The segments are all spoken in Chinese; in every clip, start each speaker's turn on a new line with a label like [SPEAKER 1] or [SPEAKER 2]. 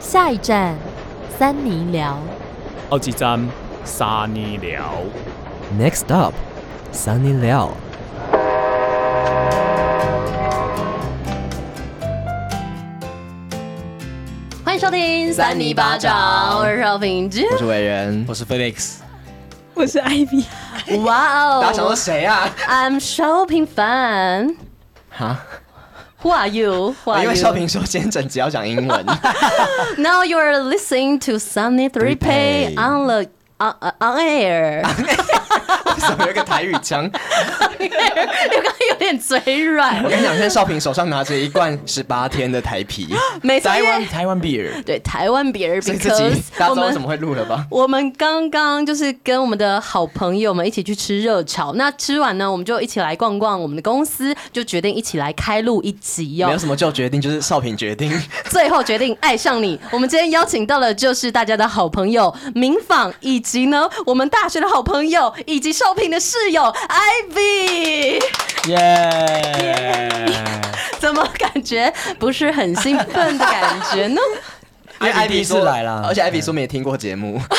[SPEAKER 1] 下一站，三尼寮。
[SPEAKER 2] 好几站沙尼寮。
[SPEAKER 3] Next up, Sunny Liao。
[SPEAKER 4] 欢迎收听《三尼巴掌》，我是邵平之。
[SPEAKER 3] 我是伟人，
[SPEAKER 2] 我是 Felix，
[SPEAKER 5] 我是艾比，
[SPEAKER 4] 哇
[SPEAKER 3] 大家想到
[SPEAKER 4] 哦
[SPEAKER 3] 谁啊？
[SPEAKER 4] ，I'm 邵平凡
[SPEAKER 3] 哈，
[SPEAKER 4] ，Who are you? Who
[SPEAKER 3] 啊
[SPEAKER 4] are
[SPEAKER 3] 因
[SPEAKER 4] you?
[SPEAKER 3] 为少平说今天整集要讲英文，
[SPEAKER 4] Now you are listening to Sunny Three Pay
[SPEAKER 3] Pay
[SPEAKER 4] on the on on air 。
[SPEAKER 3] 怎么有一个台语腔？
[SPEAKER 4] 我刚刚有点嘴软
[SPEAKER 3] 我，跟你讲，现在少平手上拿着一罐十八天的台啤，
[SPEAKER 4] 没错，
[SPEAKER 3] 台
[SPEAKER 4] 因
[SPEAKER 3] 湾
[SPEAKER 4] 为
[SPEAKER 3] 台湾 beer，
[SPEAKER 4] 对台湾别人
[SPEAKER 3] 所以这集
[SPEAKER 4] ，because
[SPEAKER 3] 大家
[SPEAKER 4] 我
[SPEAKER 3] 知道为什
[SPEAKER 4] 们
[SPEAKER 3] 么会录了吧？
[SPEAKER 4] 我们刚刚就是跟我们的好朋友们一起去吃热炒，那吃完呢，我们就一起来逛逛我们的公司，就决定一起来开录一集
[SPEAKER 3] 没
[SPEAKER 4] 哦
[SPEAKER 3] 有。什么就决定，就是少平决定。
[SPEAKER 4] 最后决定爱上你。我们今天邀请到的就是大家的好朋友明坊，以及呢我们大学的好朋友，以及少平的室友 Ivy。
[SPEAKER 2] 耶、
[SPEAKER 4] 怎么感觉不是很兴奋的感觉呢？
[SPEAKER 3] 因为艾比
[SPEAKER 2] 第一
[SPEAKER 3] 说
[SPEAKER 2] 次来啦
[SPEAKER 3] 而且艾比说没听过节目，
[SPEAKER 5] 不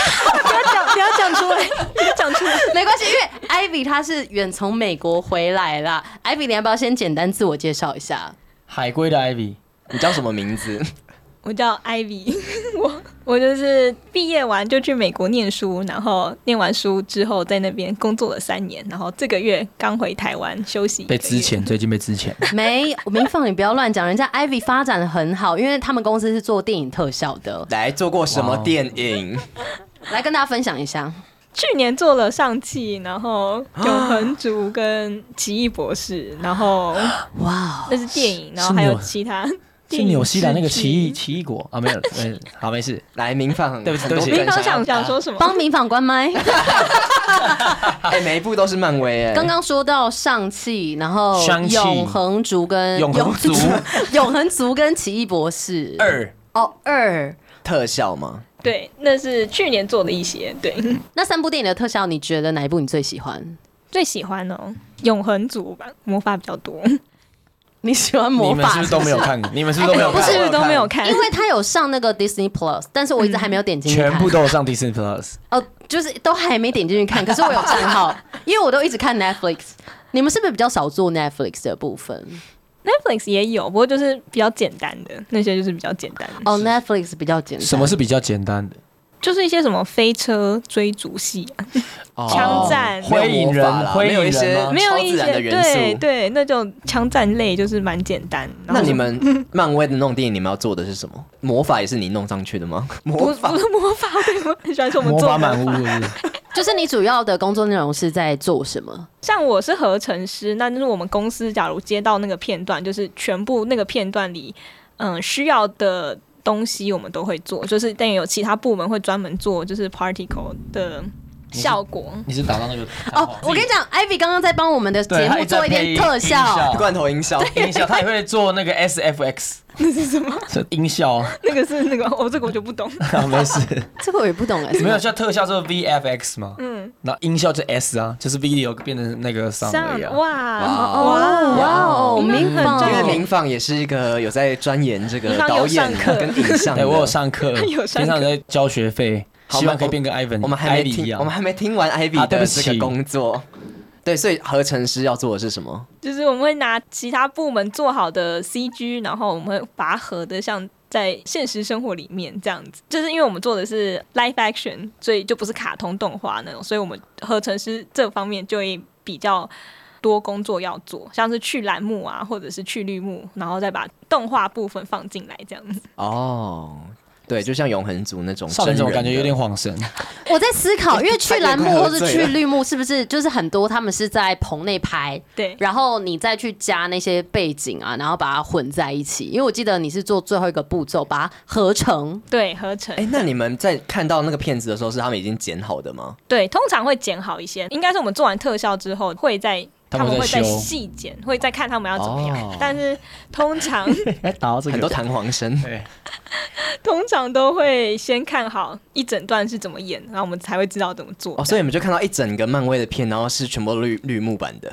[SPEAKER 5] 要讲，不要讲出来，不要 讲出来。
[SPEAKER 4] 没关系，因为 Ivy 她是远从美国回来啦。Ivy，你要不要先简单自我介绍一下？
[SPEAKER 6] 海归的 Ivy，
[SPEAKER 3] 你叫什么名字？
[SPEAKER 5] 我叫艾比， 我我就是毕业完就去美国念书，然后念完书之后在那边工作了三年，然后这个月刚回台湾休息。
[SPEAKER 6] 被之前，最近被 之前。
[SPEAKER 4] 没，明放你不要乱讲，人家 Ivy 发展的很好，因为他们公司是做电影特效的。
[SPEAKER 3] 来做过什么电影？
[SPEAKER 4] 来跟大家分享一下，
[SPEAKER 5] 去年做了上汽，然后永
[SPEAKER 6] 啊
[SPEAKER 5] 恒族跟奇异博士，然后
[SPEAKER 4] 哇、哦，
[SPEAKER 5] 那是电影，然后还有其他
[SPEAKER 6] 是纽西兰那个奇异奇异果啊，没 有，嗯，好，没事。
[SPEAKER 3] 来，明放，
[SPEAKER 6] 对不起
[SPEAKER 3] 很多
[SPEAKER 6] 对不起
[SPEAKER 3] 人
[SPEAKER 5] 你刚
[SPEAKER 3] 想
[SPEAKER 5] 想
[SPEAKER 3] 要
[SPEAKER 5] 想说什么？
[SPEAKER 4] 帮明放关麦。
[SPEAKER 3] 哎，每一部都是漫威哎。
[SPEAKER 4] 刚刚说到上汽，然后
[SPEAKER 6] 上汽
[SPEAKER 4] 永恒族跟
[SPEAKER 3] 永恒族
[SPEAKER 4] 永恒族跟奇异博士
[SPEAKER 3] 二
[SPEAKER 4] 哦二
[SPEAKER 3] 特效吗？
[SPEAKER 5] 对，那是去年做的一些对。
[SPEAKER 6] 嗯
[SPEAKER 4] 那三部电影的特效，你觉得哪一部你最喜欢？
[SPEAKER 5] 最喜欢哦，永恒族吧，魔法比较多，
[SPEAKER 4] 你喜欢魔
[SPEAKER 6] 你们
[SPEAKER 4] 法
[SPEAKER 6] 是不是都没有 看过？你们是不是都没有
[SPEAKER 5] 哎不
[SPEAKER 6] 看？
[SPEAKER 5] 是都没有看，
[SPEAKER 4] 因为它有上那个 Disney Plus，但是我一直还没有点进去看，
[SPEAKER 6] 嗯全部都有上 Disney Plus。
[SPEAKER 4] 哦，就是都还没点进去看。 可是我有账号，因为我都一直看 Netflix。你们是不是比较少做 Netflix 的部分？
[SPEAKER 5] Netflix 也有，不过就是比较简单的那些，就是比较简单的，
[SPEAKER 4] 哦、n e t f l i x 比较简单。
[SPEAKER 6] 什么是比较简单的？
[SPEAKER 5] 就是一些什么飞车追逐戏、啊，枪
[SPEAKER 6] 哦
[SPEAKER 5] 战
[SPEAKER 3] 没有
[SPEAKER 6] 灰影
[SPEAKER 3] 魔法啦
[SPEAKER 6] 人，灰
[SPEAKER 3] 没有一
[SPEAKER 6] 影
[SPEAKER 3] 些
[SPEAKER 6] 人吗
[SPEAKER 5] 没
[SPEAKER 3] 哦
[SPEAKER 5] 有一
[SPEAKER 3] 超自然
[SPEAKER 5] 些
[SPEAKER 3] 的元素
[SPEAKER 5] 对对，那种枪战类就是蛮简单。
[SPEAKER 3] 那
[SPEAKER 5] 然后
[SPEAKER 3] 你们漫威的那种电影，你们要做的是什么？魔法也是你弄上去的吗？魔法
[SPEAKER 5] 不是 魔法， 对我很喜欢说我们
[SPEAKER 6] 魔
[SPEAKER 5] 做
[SPEAKER 6] 法
[SPEAKER 5] 魔
[SPEAKER 6] 满屋是不是？
[SPEAKER 4] 就是你主要的工作内容是在做什么？
[SPEAKER 5] 像我是合成师，那就是我们公司假如接到那个片段，就是全部那个片段里，嗯，需要的东西我们都会做，就是但有其他部门会专门做，就是 particle 的效果。
[SPEAKER 6] 你是打到那个
[SPEAKER 4] 哦，我跟你讲，Ivy 刚刚在帮我们的
[SPEAKER 6] 对
[SPEAKER 4] 节目做一点特效。
[SPEAKER 3] 罐头营销，
[SPEAKER 6] 音效，他也会做那个 SFX
[SPEAKER 5] 那是什么？
[SPEAKER 6] 这音效，
[SPEAKER 5] 那个是那个，我、这个我就不懂。
[SPEAKER 6] 啊没事。
[SPEAKER 4] 这个我也不懂哎、
[SPEAKER 6] 没有，叫特效就是 VFX 嘛，嗯，那音效就 S 啊，就是 video 变成那个 sound 而已啊。
[SPEAKER 5] 哇，
[SPEAKER 4] 哦，哇哦，
[SPEAKER 5] 你们
[SPEAKER 4] 明
[SPEAKER 3] 因为
[SPEAKER 5] 很
[SPEAKER 4] 棒！
[SPEAKER 3] 明放也是一个有在钻研这个
[SPEAKER 5] 明放有
[SPEAKER 3] 导演啊
[SPEAKER 5] 上课
[SPEAKER 3] 跟影像的。
[SPEAKER 6] 对，我有上课，
[SPEAKER 5] 有上课
[SPEAKER 6] 平常在交学费，
[SPEAKER 3] 好
[SPEAKER 6] 希望
[SPEAKER 3] 我们
[SPEAKER 6] 可以变跟 Ivan、
[SPEAKER 3] 我们还没
[SPEAKER 6] Ivy 一
[SPEAKER 3] 听，
[SPEAKER 6] 样。
[SPEAKER 3] 我们还没听完
[SPEAKER 6] 啊
[SPEAKER 3] Ivy
[SPEAKER 6] 对不
[SPEAKER 3] 的
[SPEAKER 6] 起
[SPEAKER 3] 这个工作。对，所以合成师要做的是什么？
[SPEAKER 5] 就是我们会拿其他部门做好的 CG，然后我们会拔河的像。在现实生活里面这样子，就是因为我们做的是 live action，所以就不是卡通动画那种，所以我们合成师这方面就会比较多工作要做，像是去栏目啊，或者是去绿幕，然后再把动画部分放进来这样子。
[SPEAKER 3] 哦，对，就像永恒族那种
[SPEAKER 6] 少
[SPEAKER 3] 真
[SPEAKER 6] 年
[SPEAKER 3] 人的，
[SPEAKER 6] 怎么感觉有点恍神？
[SPEAKER 4] 我在思考，因为去蓝幕
[SPEAKER 3] 差点
[SPEAKER 4] 或
[SPEAKER 3] 快喝醉
[SPEAKER 4] 是
[SPEAKER 3] 了
[SPEAKER 4] 去绿幕，是不是就是很多他们是在棚内拍，
[SPEAKER 5] 对，
[SPEAKER 4] 然后你再去加那些背景啊，然后把它混在一起。因为我记得你是做最后一个步骤，把它合成。
[SPEAKER 5] 对，合成。
[SPEAKER 3] 哎，那你们在看到那个片子的时候，是他们已经剪好的吗？
[SPEAKER 5] 对，通常会剪好一些，应该是我们做完特效之后会在。
[SPEAKER 6] 他
[SPEAKER 5] 他
[SPEAKER 6] 们
[SPEAKER 5] 们
[SPEAKER 6] 会
[SPEAKER 5] 会
[SPEAKER 6] 再
[SPEAKER 5] 在
[SPEAKER 6] 修
[SPEAKER 5] 细剪，会再看他们要怎么样。
[SPEAKER 3] 哦
[SPEAKER 5] 但是通常
[SPEAKER 6] 哎，打到这
[SPEAKER 3] 很多弹簧声。
[SPEAKER 6] 对，
[SPEAKER 5] 通常都会先看好一整段是怎么演，然后我们
[SPEAKER 3] 哦
[SPEAKER 5] 才会知道怎么做。
[SPEAKER 3] 哦，所以你们就看到一整个漫威的片，然后是全部绿绿幕版的。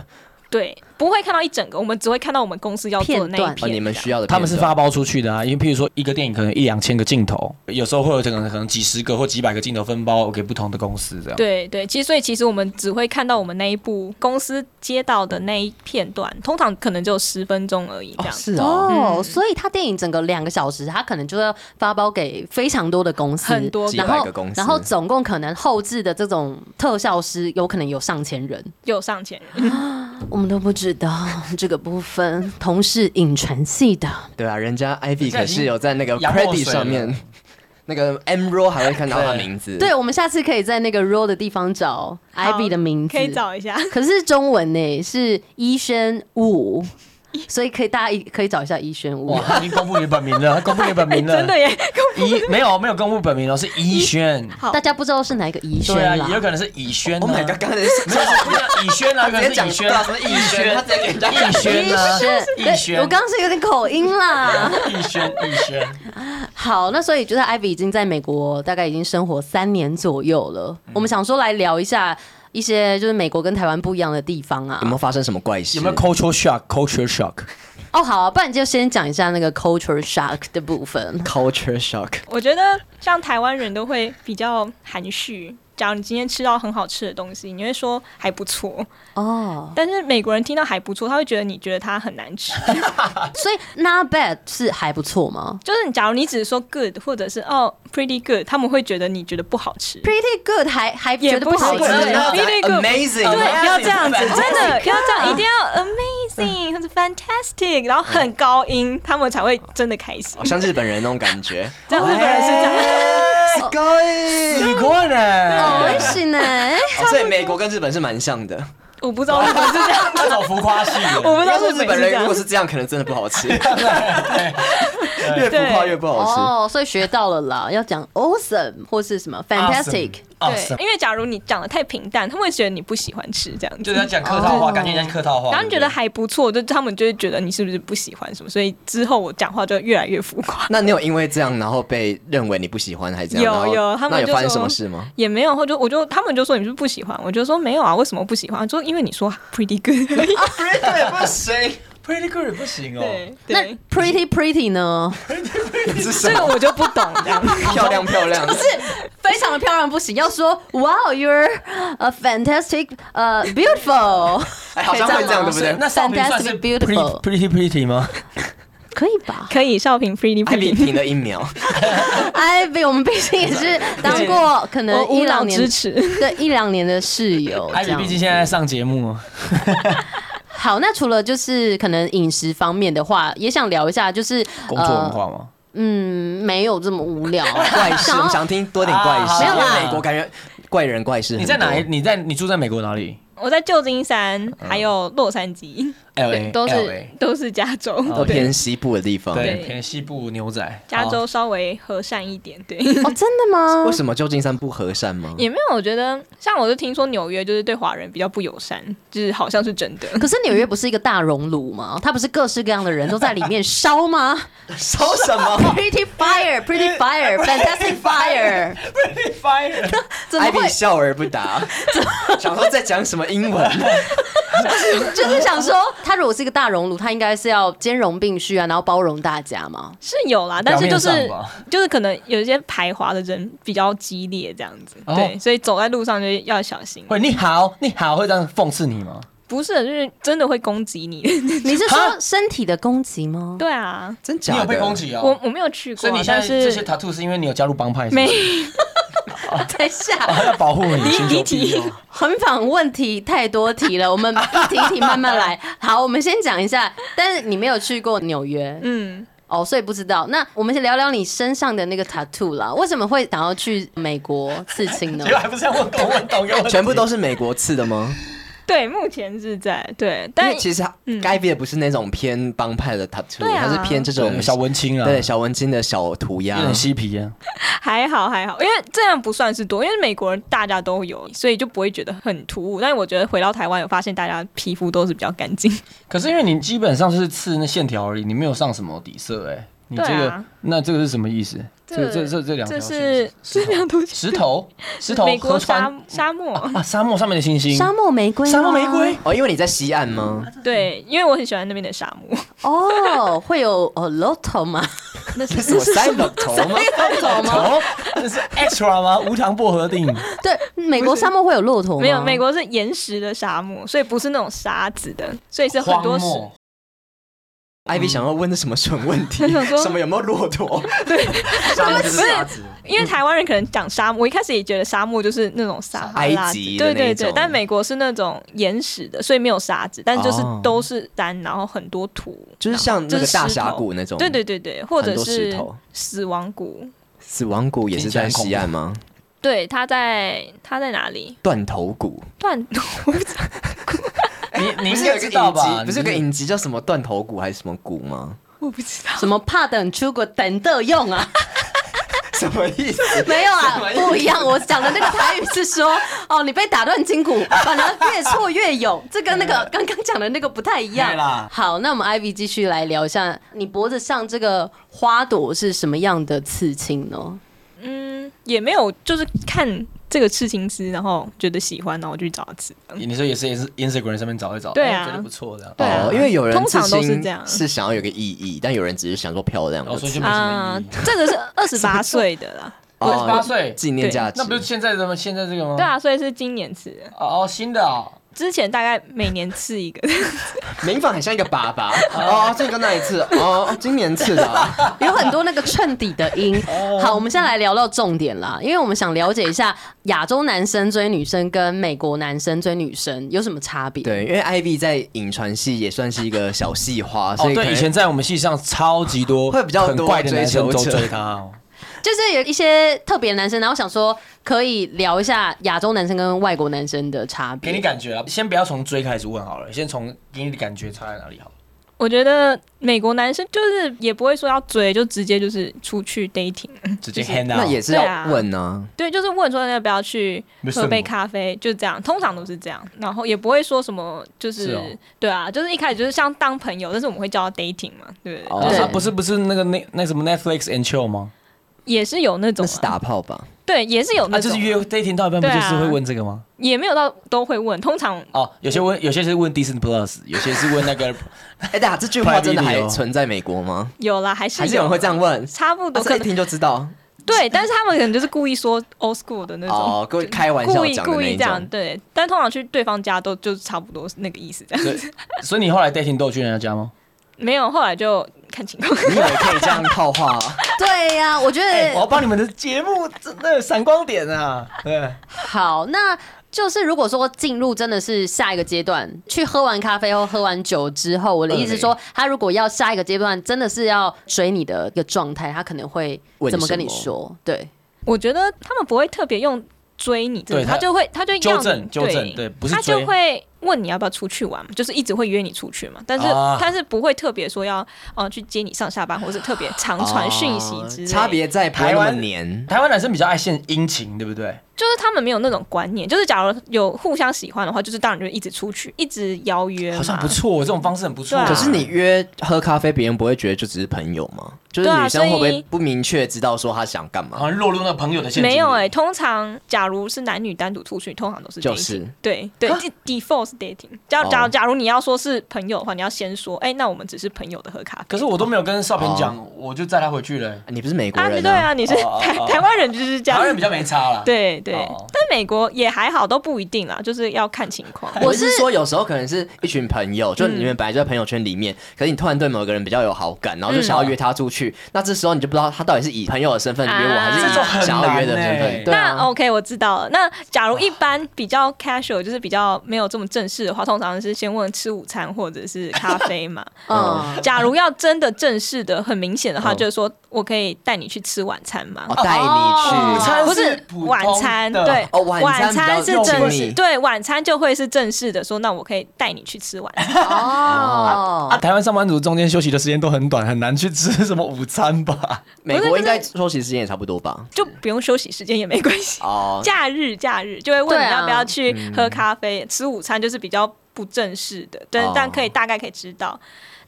[SPEAKER 5] 对，不会看到一整个，我们只会看到我们公司要做的
[SPEAKER 4] 片
[SPEAKER 5] 那一片啊
[SPEAKER 4] 段
[SPEAKER 3] 哦，你们需要的
[SPEAKER 6] 他们是
[SPEAKER 3] 片段
[SPEAKER 6] 发包出去的啊，因为譬如说一个电影可能一两千个镜头，有时候会有可能可能几十个或几百个镜头分包给不同的公司这样。
[SPEAKER 5] 对对，其实所以其实我们只会看到我们那一部公司接到的那一片段，通常可能就十分钟而已这
[SPEAKER 3] 哦，
[SPEAKER 5] 样。
[SPEAKER 3] 是哦，
[SPEAKER 4] 哦，所以他电影整个两个小时，他可能就要发包给非常多的公司，
[SPEAKER 5] 很多
[SPEAKER 3] 几
[SPEAKER 4] 然
[SPEAKER 3] 百
[SPEAKER 4] 后
[SPEAKER 3] 个公司
[SPEAKER 4] 然后总共可能后置的这种特效师有可能有上千人，
[SPEAKER 5] 又上千人，
[SPEAKER 4] 我们都不知 道这个部分。同是影传系的，
[SPEAKER 3] 对啊，人家 Ivy
[SPEAKER 6] 家已
[SPEAKER 3] 可
[SPEAKER 6] 经
[SPEAKER 3] 是有在那个
[SPEAKER 6] 洋墨水
[SPEAKER 3] credit 上面，那个 M roll 还会看到他
[SPEAKER 6] 对
[SPEAKER 3] 名字，
[SPEAKER 4] 对，我们下次可以在那个 roll 的地方找 Ivy 的名字，
[SPEAKER 5] 可以。找一下。
[SPEAKER 4] 可是中文呢是医轩 武，所以可以大家一可以找一下医轩武
[SPEAKER 6] 哇，。他已经公布你本名了，他公布你本名 了，
[SPEAKER 5] 真的耶，
[SPEAKER 6] 怡没有没有公布本名哦，是怡轩。
[SPEAKER 5] 好
[SPEAKER 4] 大家不知道是哪一个医轩
[SPEAKER 6] 对啊，
[SPEAKER 4] 啦
[SPEAKER 6] 也有，可能是怡轩、啊。
[SPEAKER 3] ，Oh my god，刚才是
[SPEAKER 6] 没有不一样怡轩啊，可能
[SPEAKER 3] 直接
[SPEAKER 6] 是
[SPEAKER 3] 讲
[SPEAKER 6] 怡轩，
[SPEAKER 3] 到什么逸轩他直接给人家
[SPEAKER 6] 逸轩啊，逸
[SPEAKER 4] 对，
[SPEAKER 6] 轩，
[SPEAKER 4] 我刚刚是有点口音啦。
[SPEAKER 6] 逸轩逸轩，
[SPEAKER 4] 好，那所以就是 Ivy 已经在美国大概已经生活三年左右了。
[SPEAKER 6] 嗯
[SPEAKER 4] 我们想说来聊一下一些就是美国跟台湾不一样的地方啊
[SPEAKER 3] 有。没有发生什么怪事？
[SPEAKER 6] 有没有 culture shock？culture shock？
[SPEAKER 4] 哦，好啊，不然你就先讲一下那个 culture shock 的部分。
[SPEAKER 3] culture shock？
[SPEAKER 5] 我觉得像台湾人都会比较含蓄。假如你今天吃到很好吃的东西，你会说还不错，
[SPEAKER 4] 哦，
[SPEAKER 5] 但是美国人听到还不错，他会觉得你觉得它很难 吃。
[SPEAKER 4] 所以 not bad 是还不错吗
[SPEAKER 5] 就是假如你只是说 good 或者是哦 pretty good，他们会觉得你觉得不好 吃。
[SPEAKER 4] ？Pretty good 还还
[SPEAKER 5] 也
[SPEAKER 4] 觉得
[SPEAKER 5] 不
[SPEAKER 4] 不好
[SPEAKER 5] 行
[SPEAKER 4] 吃
[SPEAKER 5] 哦对
[SPEAKER 3] 你要讲
[SPEAKER 5] Really good
[SPEAKER 3] amazing，
[SPEAKER 5] 对，
[SPEAKER 3] amazing，
[SPEAKER 5] 要这样子，
[SPEAKER 3] 对
[SPEAKER 5] 真的要这样，一定要 amazing 或者 fantastic，然后很高音，他们才会真的开心
[SPEAKER 3] 好。哦像日本人那种感觉。
[SPEAKER 5] 这样日本人是这样，
[SPEAKER 3] 哦 Sky，
[SPEAKER 6] 你啊过
[SPEAKER 4] 哦，
[SPEAKER 6] 来，
[SPEAKER 4] 是呢。
[SPEAKER 3] 哦所以美国跟日本是蛮像的。
[SPEAKER 5] 我不知道日本是这样，
[SPEAKER 6] 这种浮夸系
[SPEAKER 5] 我
[SPEAKER 6] 的，
[SPEAKER 5] 不知道
[SPEAKER 3] 要说
[SPEAKER 5] 日
[SPEAKER 3] 日
[SPEAKER 5] 本
[SPEAKER 3] 本
[SPEAKER 5] 是这
[SPEAKER 3] 人如
[SPEAKER 5] 样
[SPEAKER 3] 果。是这样，可能真的不好吃， 越浮夸越不好
[SPEAKER 4] 哦，所以学到了啦，要讲 awesome 或是什么 fantastic。
[SPEAKER 3] 哦
[SPEAKER 6] 哦
[SPEAKER 5] 对，因为假如你讲的太平淡，他们会觉得你不喜欢吃这样
[SPEAKER 6] 就
[SPEAKER 5] 子
[SPEAKER 6] 是。要讲客套话，感觉人家是客套话。
[SPEAKER 5] 然后你觉得
[SPEAKER 6] 对
[SPEAKER 5] 还不错，就他们就会觉得你是不是不喜欢什么，所以之后我讲话就越来越浮夸
[SPEAKER 3] 吃。。那你有因为这样，然后被认为你不喜欢，还 这样？
[SPEAKER 5] 有
[SPEAKER 3] 然后
[SPEAKER 5] 有他们
[SPEAKER 3] 那有
[SPEAKER 5] 就
[SPEAKER 3] 发生什
[SPEAKER 5] 说
[SPEAKER 3] 么事 吗？
[SPEAKER 5] 也没有，或者我就他们就说你是不是不喜欢，我就说没有啊，为什么不喜欢？就因为你说 pretty good 而已。
[SPEAKER 3] 哎
[SPEAKER 6] 对不行，Pretty Girl 不行哦，
[SPEAKER 5] 对
[SPEAKER 4] 那
[SPEAKER 5] 对，
[SPEAKER 4] pretty pretty 呢？
[SPEAKER 3] 是什
[SPEAKER 5] 这个我就不懂这样。
[SPEAKER 3] 漂亮漂亮，不是
[SPEAKER 4] 非常的漂亮不行，要说 Wow, you're a fantastic, 呃、beautiful，
[SPEAKER 3] 哎，好像会这样，对不对？
[SPEAKER 6] 那少平算
[SPEAKER 4] Fantastic
[SPEAKER 6] 是
[SPEAKER 4] beautiful
[SPEAKER 6] Pretty Pretty Pretty 吗？
[SPEAKER 4] 可以吧
[SPEAKER 5] 可以少平 pretty
[SPEAKER 3] 艾比
[SPEAKER 5] pretty，
[SPEAKER 3] 停了一秒，
[SPEAKER 4] ？Ivy，我们哎毕竟也是当过可
[SPEAKER 5] 我
[SPEAKER 4] 能一
[SPEAKER 5] 无脑
[SPEAKER 4] 两年
[SPEAKER 5] 支，持。
[SPEAKER 4] 对一两年的室友
[SPEAKER 3] 哦
[SPEAKER 6] 艾
[SPEAKER 4] 这
[SPEAKER 6] 比
[SPEAKER 4] 样
[SPEAKER 6] 哎毕。竟现在在上节目，
[SPEAKER 4] 好，那除了就是可能饮食方面的话，也想聊一下，就是
[SPEAKER 6] 工作文
[SPEAKER 4] 呃，
[SPEAKER 6] 化吗？
[SPEAKER 4] 嗯，没有这么无聊。啊
[SPEAKER 3] 怪事，
[SPEAKER 4] 想
[SPEAKER 3] 我
[SPEAKER 4] 要
[SPEAKER 3] 们想听多点怪
[SPEAKER 6] 啊
[SPEAKER 3] 事。
[SPEAKER 6] 没
[SPEAKER 4] 有
[SPEAKER 3] 因
[SPEAKER 4] 啦
[SPEAKER 3] 为美国感觉怪人怪事很
[SPEAKER 6] 呃你
[SPEAKER 3] 多。
[SPEAKER 6] 在哪里？你在你住在美国哪里
[SPEAKER 5] 我在旧金山
[SPEAKER 3] 嗯
[SPEAKER 5] 还有洛杉矶，
[SPEAKER 6] ？L
[SPEAKER 5] 对
[SPEAKER 6] A
[SPEAKER 3] 哎
[SPEAKER 5] 都
[SPEAKER 6] L
[SPEAKER 5] 是
[SPEAKER 6] A，
[SPEAKER 5] 都是加州，
[SPEAKER 3] 都偏西部的地方。
[SPEAKER 6] 对
[SPEAKER 5] 对
[SPEAKER 6] 偏西部牛仔，
[SPEAKER 5] 加
[SPEAKER 6] 哦
[SPEAKER 5] 州稍微和善一点， 对。
[SPEAKER 4] 哦，真的吗
[SPEAKER 3] 为？什么旧金山不和善吗？
[SPEAKER 5] 也没有，我觉得像我就听说纽约就是对华人比较不友善，就是好像是真的。
[SPEAKER 4] 可是纽约不是一个大熔炉吗？它不是各式各样的人都在里面烧吗
[SPEAKER 3] 烧什么？
[SPEAKER 4] ？Pretty fire, pretty fire, fantastic fire，怎么
[SPEAKER 3] 艾
[SPEAKER 4] 会
[SPEAKER 3] 比笑而不 答，想说在讲什么英文？
[SPEAKER 4] 就是想说，他如果是一个大熔炉，他应该是要兼容并蓄啊，然后包容大家嘛。
[SPEAKER 5] 是有啦，但是就是
[SPEAKER 6] 表面上吧
[SPEAKER 5] 就是可能有一些排华的人比较激烈这样子，
[SPEAKER 6] 哦
[SPEAKER 5] 对，所以走在路上就要小心。
[SPEAKER 6] 会你好你好会这样讽刺你吗？
[SPEAKER 5] 不是，就是真的会攻击你。
[SPEAKER 4] 你是说身体的攻击吗？
[SPEAKER 5] 对啊，
[SPEAKER 3] 真假
[SPEAKER 6] 你
[SPEAKER 3] 的？
[SPEAKER 6] 有被攻？击
[SPEAKER 5] 我
[SPEAKER 6] 哦？
[SPEAKER 5] 我没有去过，啊
[SPEAKER 6] 所以你现在
[SPEAKER 5] 但是
[SPEAKER 6] 这些 tattoo 是因为你有加入帮派？是不
[SPEAKER 5] 没
[SPEAKER 6] 是，
[SPEAKER 4] 等一下，
[SPEAKER 6] 他要保护 你，寻求
[SPEAKER 5] 离
[SPEAKER 6] 庇
[SPEAKER 5] 题
[SPEAKER 6] 佑。
[SPEAKER 4] 横访问题太多题了，我们一题一题慢慢 来。好，我们先讲一下，但是你没有去过纽约，
[SPEAKER 5] 嗯，
[SPEAKER 4] 哦，所以不知道。那我们先聊聊你身上的那个 tattoo 啦，为什么会想要去美国刺青 呢
[SPEAKER 6] 结？果还不是要问懂问懂给我，
[SPEAKER 3] 全部都是美国刺的吗？
[SPEAKER 5] 对，目前是在对，
[SPEAKER 3] 因
[SPEAKER 5] 但嗯
[SPEAKER 3] 为其实该别不是那种偏帮派的 tattoo，
[SPEAKER 5] 对啊
[SPEAKER 3] 它是偏这种
[SPEAKER 6] 对小文青啊，
[SPEAKER 3] 对小文青的小涂
[SPEAKER 6] 有
[SPEAKER 3] 鸦。
[SPEAKER 6] 点嬉皮啊。
[SPEAKER 5] 还好还好，因为这样不算是多，因为美国人大家都有，所以就不会觉得很突兀。但是我觉得回到台湾，有发现大家皮肤都是比较干净，
[SPEAKER 6] 可是因为你基本上是刺那线条而已，你没有上什么底色哎、你
[SPEAKER 5] 对
[SPEAKER 6] 这个、
[SPEAKER 5] 啊
[SPEAKER 6] 那这个是什么意思？这
[SPEAKER 5] 这
[SPEAKER 6] 这这这两条
[SPEAKER 5] 这
[SPEAKER 6] 线
[SPEAKER 5] 是
[SPEAKER 6] 石
[SPEAKER 5] 这两
[SPEAKER 6] 头
[SPEAKER 5] 条
[SPEAKER 6] 石头石头
[SPEAKER 5] 美
[SPEAKER 6] 河
[SPEAKER 5] 国
[SPEAKER 6] 川
[SPEAKER 5] 沙沙漠、
[SPEAKER 6] 啊沙漠上面的星星，
[SPEAKER 4] 沙漠玫瑰，
[SPEAKER 6] 沙漠玫瑰，
[SPEAKER 3] 哦，因为你在西岸吗？
[SPEAKER 5] 嗯对，因为我很喜欢那边的沙 漠，
[SPEAKER 4] 哦，会有哦 lotto 吗？
[SPEAKER 5] 那
[SPEAKER 3] 这是我三个头吗？
[SPEAKER 4] lotto 吗？
[SPEAKER 6] 头，这是 extra 吗？无糖薄荷定
[SPEAKER 4] 对，美国沙漠会有骆驼吗？
[SPEAKER 5] 没有，美国是岩石的沙漠，所以不是那种沙子的，所以是很多
[SPEAKER 6] 荒
[SPEAKER 5] 石。
[SPEAKER 6] 漠
[SPEAKER 3] 艾比想要问的什么蠢问题？
[SPEAKER 5] 想说
[SPEAKER 3] 什么有没有骆驼？ 对，沙子是沙子，
[SPEAKER 5] 因为台湾人可能讲沙漠，我一开始也觉得沙漠就是那种撒哈拉
[SPEAKER 3] 埃及的
[SPEAKER 5] 对
[SPEAKER 3] 那
[SPEAKER 5] 对
[SPEAKER 3] 一
[SPEAKER 5] 对
[SPEAKER 3] 种。
[SPEAKER 5] 但美国是那种岩石的，所以没有沙子，但就是
[SPEAKER 3] 哦
[SPEAKER 5] 都是山，然后很多土，
[SPEAKER 3] 就是像那
[SPEAKER 5] 就
[SPEAKER 3] 个
[SPEAKER 5] 是
[SPEAKER 3] 大
[SPEAKER 5] 石
[SPEAKER 3] 峡
[SPEAKER 5] 头
[SPEAKER 3] 谷那种。
[SPEAKER 5] 对对对对，或者
[SPEAKER 3] 很多石
[SPEAKER 5] 是
[SPEAKER 3] 头
[SPEAKER 5] 死亡谷。
[SPEAKER 3] 死亡谷也是在西岸吗？
[SPEAKER 5] 对，它在它在哪里？
[SPEAKER 3] 断头谷，
[SPEAKER 5] 断我不知道
[SPEAKER 6] 你你
[SPEAKER 3] 不
[SPEAKER 6] 应
[SPEAKER 3] 是有
[SPEAKER 6] 该
[SPEAKER 3] 一个
[SPEAKER 6] 知
[SPEAKER 3] 影
[SPEAKER 6] 道吧？
[SPEAKER 3] 集，不是有个影集叫什么断头谷还是什么谷吗？
[SPEAKER 5] 我不知道。
[SPEAKER 4] 什么怕等出国等的用啊？
[SPEAKER 3] 什么意思？
[SPEAKER 4] 没有啊，不一样。我讲的那个台语是说，哦，你被打断筋骨，反而越挫越勇，这跟那个刚刚讲的那个不太一样
[SPEAKER 6] 对啦。
[SPEAKER 4] 好，那我们 Ivy 继续来聊一下，你脖子上这个花朵是什么样的刺青呢？
[SPEAKER 5] 嗯，也没有，就是看这个刺青师，然后觉得喜欢，然后我就去找他刺。
[SPEAKER 6] 你说也是也是 Instagram 上面找一找，
[SPEAKER 5] 对啊
[SPEAKER 6] 哎觉得不错这样。
[SPEAKER 5] 对啊
[SPEAKER 3] 哦，因为有人
[SPEAKER 5] 通
[SPEAKER 3] 刺
[SPEAKER 5] 常都是
[SPEAKER 3] 青
[SPEAKER 5] 这样
[SPEAKER 3] 是想要有个意义，但有人只是想说漂亮。
[SPEAKER 6] 哦，所以就没什么
[SPEAKER 5] 啊
[SPEAKER 6] 意义。，
[SPEAKER 5] 这个是二十八岁的啦，
[SPEAKER 6] 二十八
[SPEAKER 3] 哦
[SPEAKER 6] 岁，
[SPEAKER 3] 纪念价值，
[SPEAKER 6] 那不是现在的吗？现在这
[SPEAKER 3] 哦
[SPEAKER 6] 个吗？
[SPEAKER 5] 对。啊，所以是今年刺的。
[SPEAKER 6] 哦哦，新的哦。
[SPEAKER 5] 之前大概每年刺一个，
[SPEAKER 3] 民房很像一个粑粑 哦，这个那一次哦，今年次的啊
[SPEAKER 4] 有很多那个衬底的音。好，我们现在来聊到重点啦，因为我们想了解一下亚洲男生追女生跟美国男生追女生有什么差别。
[SPEAKER 3] 对，因为 Ivy 在影传系也算是一个小系花，所
[SPEAKER 6] 哦，
[SPEAKER 3] 以可
[SPEAKER 6] 对，
[SPEAKER 3] 能
[SPEAKER 6] 以前在我们系上超级 多，
[SPEAKER 3] 会比较
[SPEAKER 6] 很
[SPEAKER 3] 多
[SPEAKER 6] 怪的男生
[SPEAKER 3] 追
[SPEAKER 6] 都
[SPEAKER 3] 求者
[SPEAKER 6] 追他哦。
[SPEAKER 4] 就是有一些特别的男生，然后想说可以聊一下亚洲男生跟外国男生的差
[SPEAKER 6] 给你
[SPEAKER 4] 别。
[SPEAKER 6] 感觉啊，先不要从追开始问好了，先从给你的感觉差在哪里好了。
[SPEAKER 5] 我觉得美国男生就是也不会说要追，就直接就是出去 dating，
[SPEAKER 6] 直接 hand out。
[SPEAKER 3] 那也是要问啊呢、
[SPEAKER 5] 对，就是问说要不要去
[SPEAKER 6] 没什么
[SPEAKER 5] 喝杯咖啡，就这样，通常都是这样，然后也不会说什么，就是
[SPEAKER 6] 是哦
[SPEAKER 5] 对啊，就是一开始就是像当朋友，但是我们会叫他 dating 嘛，对不对？
[SPEAKER 3] 哦
[SPEAKER 6] 不
[SPEAKER 5] 就是
[SPEAKER 4] 对
[SPEAKER 6] 啊不是不是那个那那什么 Netflix and chill 吗？
[SPEAKER 5] 也是有那种
[SPEAKER 3] 那
[SPEAKER 5] 啊、
[SPEAKER 3] 是打炮吧？
[SPEAKER 5] 对，也是有那
[SPEAKER 6] 啊，
[SPEAKER 5] 种、
[SPEAKER 6] 就是约 dating 到一半不
[SPEAKER 5] 对啊
[SPEAKER 6] 就是会问这个吗？
[SPEAKER 5] 也没有到都会问，通常
[SPEAKER 6] 哦，有些问，有些是问 Disney Plus，有些是问 那个
[SPEAKER 3] 哎、大家这句话真的
[SPEAKER 6] Private
[SPEAKER 3] 还
[SPEAKER 6] video
[SPEAKER 3] 存在美国吗？
[SPEAKER 5] 有啦，还是
[SPEAKER 3] 还是有人会这样啊问？
[SPEAKER 5] 差不多
[SPEAKER 3] 我
[SPEAKER 5] 可
[SPEAKER 3] 这一
[SPEAKER 5] 能
[SPEAKER 3] 听就知 道
[SPEAKER 5] 对，但是他们可能就是故意说 old school 的那种。
[SPEAKER 3] 哦，故意开玩笑
[SPEAKER 5] 故意
[SPEAKER 3] 讲的
[SPEAKER 5] 故
[SPEAKER 3] 那
[SPEAKER 5] 意
[SPEAKER 3] 一
[SPEAKER 5] 这样
[SPEAKER 3] 种。
[SPEAKER 5] 对，但通常去对方家都就是差不多是那个意思这样，
[SPEAKER 6] 所以，所以你后来 dating 都有去人家家吗？
[SPEAKER 5] 没有后来就看情况。
[SPEAKER 3] 你以为可以这样套话、啊？
[SPEAKER 4] 对呀、我觉
[SPEAKER 6] 哎，我要
[SPEAKER 4] 得
[SPEAKER 6] 帮你们的节目真的闪光点啊！对，
[SPEAKER 4] 好，那就是如果说进入真的是下一个阶段，去喝完咖啡或喝完酒之后，我的意思是说，他如果要下一个阶段，真的是要追你的一个状态，他可能会
[SPEAKER 3] 问
[SPEAKER 4] 怎么跟
[SPEAKER 3] 什
[SPEAKER 4] 你
[SPEAKER 3] 么
[SPEAKER 4] 说？对，
[SPEAKER 5] 我觉得他们不会特别用追你这个，
[SPEAKER 6] 对
[SPEAKER 5] 他
[SPEAKER 6] 他
[SPEAKER 5] 就会他就要
[SPEAKER 6] 纠
[SPEAKER 5] 你
[SPEAKER 6] 正纠正，对，不是
[SPEAKER 5] 他
[SPEAKER 6] 追
[SPEAKER 5] 就。会问你要不要出去玩嘛，就是一直会约你出去嘛，但是、
[SPEAKER 6] 啊
[SPEAKER 5] 但是不会特别说要呃去接你上下班，或是特别常传讯息
[SPEAKER 6] 啊
[SPEAKER 5] 之类的、
[SPEAKER 3] 哦差别在不会那
[SPEAKER 6] 台
[SPEAKER 3] 么
[SPEAKER 6] 湾
[SPEAKER 3] 黏。
[SPEAKER 6] 台湾男生比较爱献殷勤，对不对？
[SPEAKER 5] 就是他们没有那种观念，就是假如有互相喜欢的话，就是当然就一直出去，一直邀约嘛，
[SPEAKER 6] 好像不错，这种方式很不错
[SPEAKER 5] 啊对啊。
[SPEAKER 3] 可是你约喝咖啡，别人不会觉得就只是朋友吗？就是
[SPEAKER 5] 对啊
[SPEAKER 3] 女生会不
[SPEAKER 5] 所以
[SPEAKER 3] 会不明确知道说她想干嘛？
[SPEAKER 6] 好像落入那个朋友的陷阱里。
[SPEAKER 5] 没有哎、通常假如是男女单独出去，通常都是 dating,
[SPEAKER 3] 就是
[SPEAKER 5] 对对，default
[SPEAKER 6] 啊
[SPEAKER 5] 是 dating。假
[SPEAKER 3] 哦
[SPEAKER 5] 假如假如你要说是朋友的话，你要先说，哎、那我们只是朋友的喝咖啡。
[SPEAKER 6] 可是我都没有跟少平讲，我就载他回去了。
[SPEAKER 3] 你不是美国
[SPEAKER 5] 啊，
[SPEAKER 3] 人
[SPEAKER 5] 你对啊，你是
[SPEAKER 6] 哦哦
[SPEAKER 5] 台
[SPEAKER 6] 哦
[SPEAKER 5] 台湾人就是这样，
[SPEAKER 6] 台湾人比较没差啦。，
[SPEAKER 5] 对对
[SPEAKER 6] 哦，
[SPEAKER 5] 但美国也还好，都不一定啦，就是要看情况。
[SPEAKER 6] 啊
[SPEAKER 3] 我是说，有时候可能是一群朋
[SPEAKER 5] 嗯
[SPEAKER 3] 友，就你们本来就在朋友圈里面，可是你突然对某个人比较有好感，然后就想要约他出去，那这时候你就不知道他到底是以朋友的身份约我，
[SPEAKER 5] 嗯啊
[SPEAKER 3] 还是
[SPEAKER 5] 这种
[SPEAKER 3] 以
[SPEAKER 6] 很
[SPEAKER 3] 想要约的身
[SPEAKER 6] 难欸
[SPEAKER 3] 份。对
[SPEAKER 5] 那
[SPEAKER 3] 啊，
[SPEAKER 4] 哦
[SPEAKER 5] OK，我知道了。那假如一般比较 casual，就是比较没有这么正式的话，通常是先问吃午餐或者是咖啡嘛。
[SPEAKER 4] 嗯，
[SPEAKER 5] 假如要真的正式的、很明显的话，
[SPEAKER 6] 哦
[SPEAKER 5] 就是说我可以带你去吃晚餐吗？
[SPEAKER 3] 我带你
[SPEAKER 6] 午
[SPEAKER 3] 去。
[SPEAKER 6] 餐
[SPEAKER 5] 不是
[SPEAKER 6] 普通
[SPEAKER 5] 晚餐，
[SPEAKER 6] 的
[SPEAKER 5] 对，
[SPEAKER 3] 哦晚餐比较
[SPEAKER 5] 餐是
[SPEAKER 3] 用
[SPEAKER 5] 正
[SPEAKER 3] 心
[SPEAKER 5] 式，
[SPEAKER 3] 你
[SPEAKER 5] 对，晚餐就会是正式的，说那我可以带你去吃晚餐。
[SPEAKER 4] 哦
[SPEAKER 6] 啊，，台湾上班族中间休息的时间都很短，很难去吃什么午餐吧？
[SPEAKER 3] 美国应该休息时间也差不多吧？
[SPEAKER 5] 就不用休息时间也没关系。
[SPEAKER 3] 哦，嗯
[SPEAKER 5] 假日假日就会问
[SPEAKER 4] 对啊
[SPEAKER 5] 你要不要去喝咖啡、吃午餐，就是比较不正式的，对，
[SPEAKER 3] 哦
[SPEAKER 5] 但可以大概可以知道。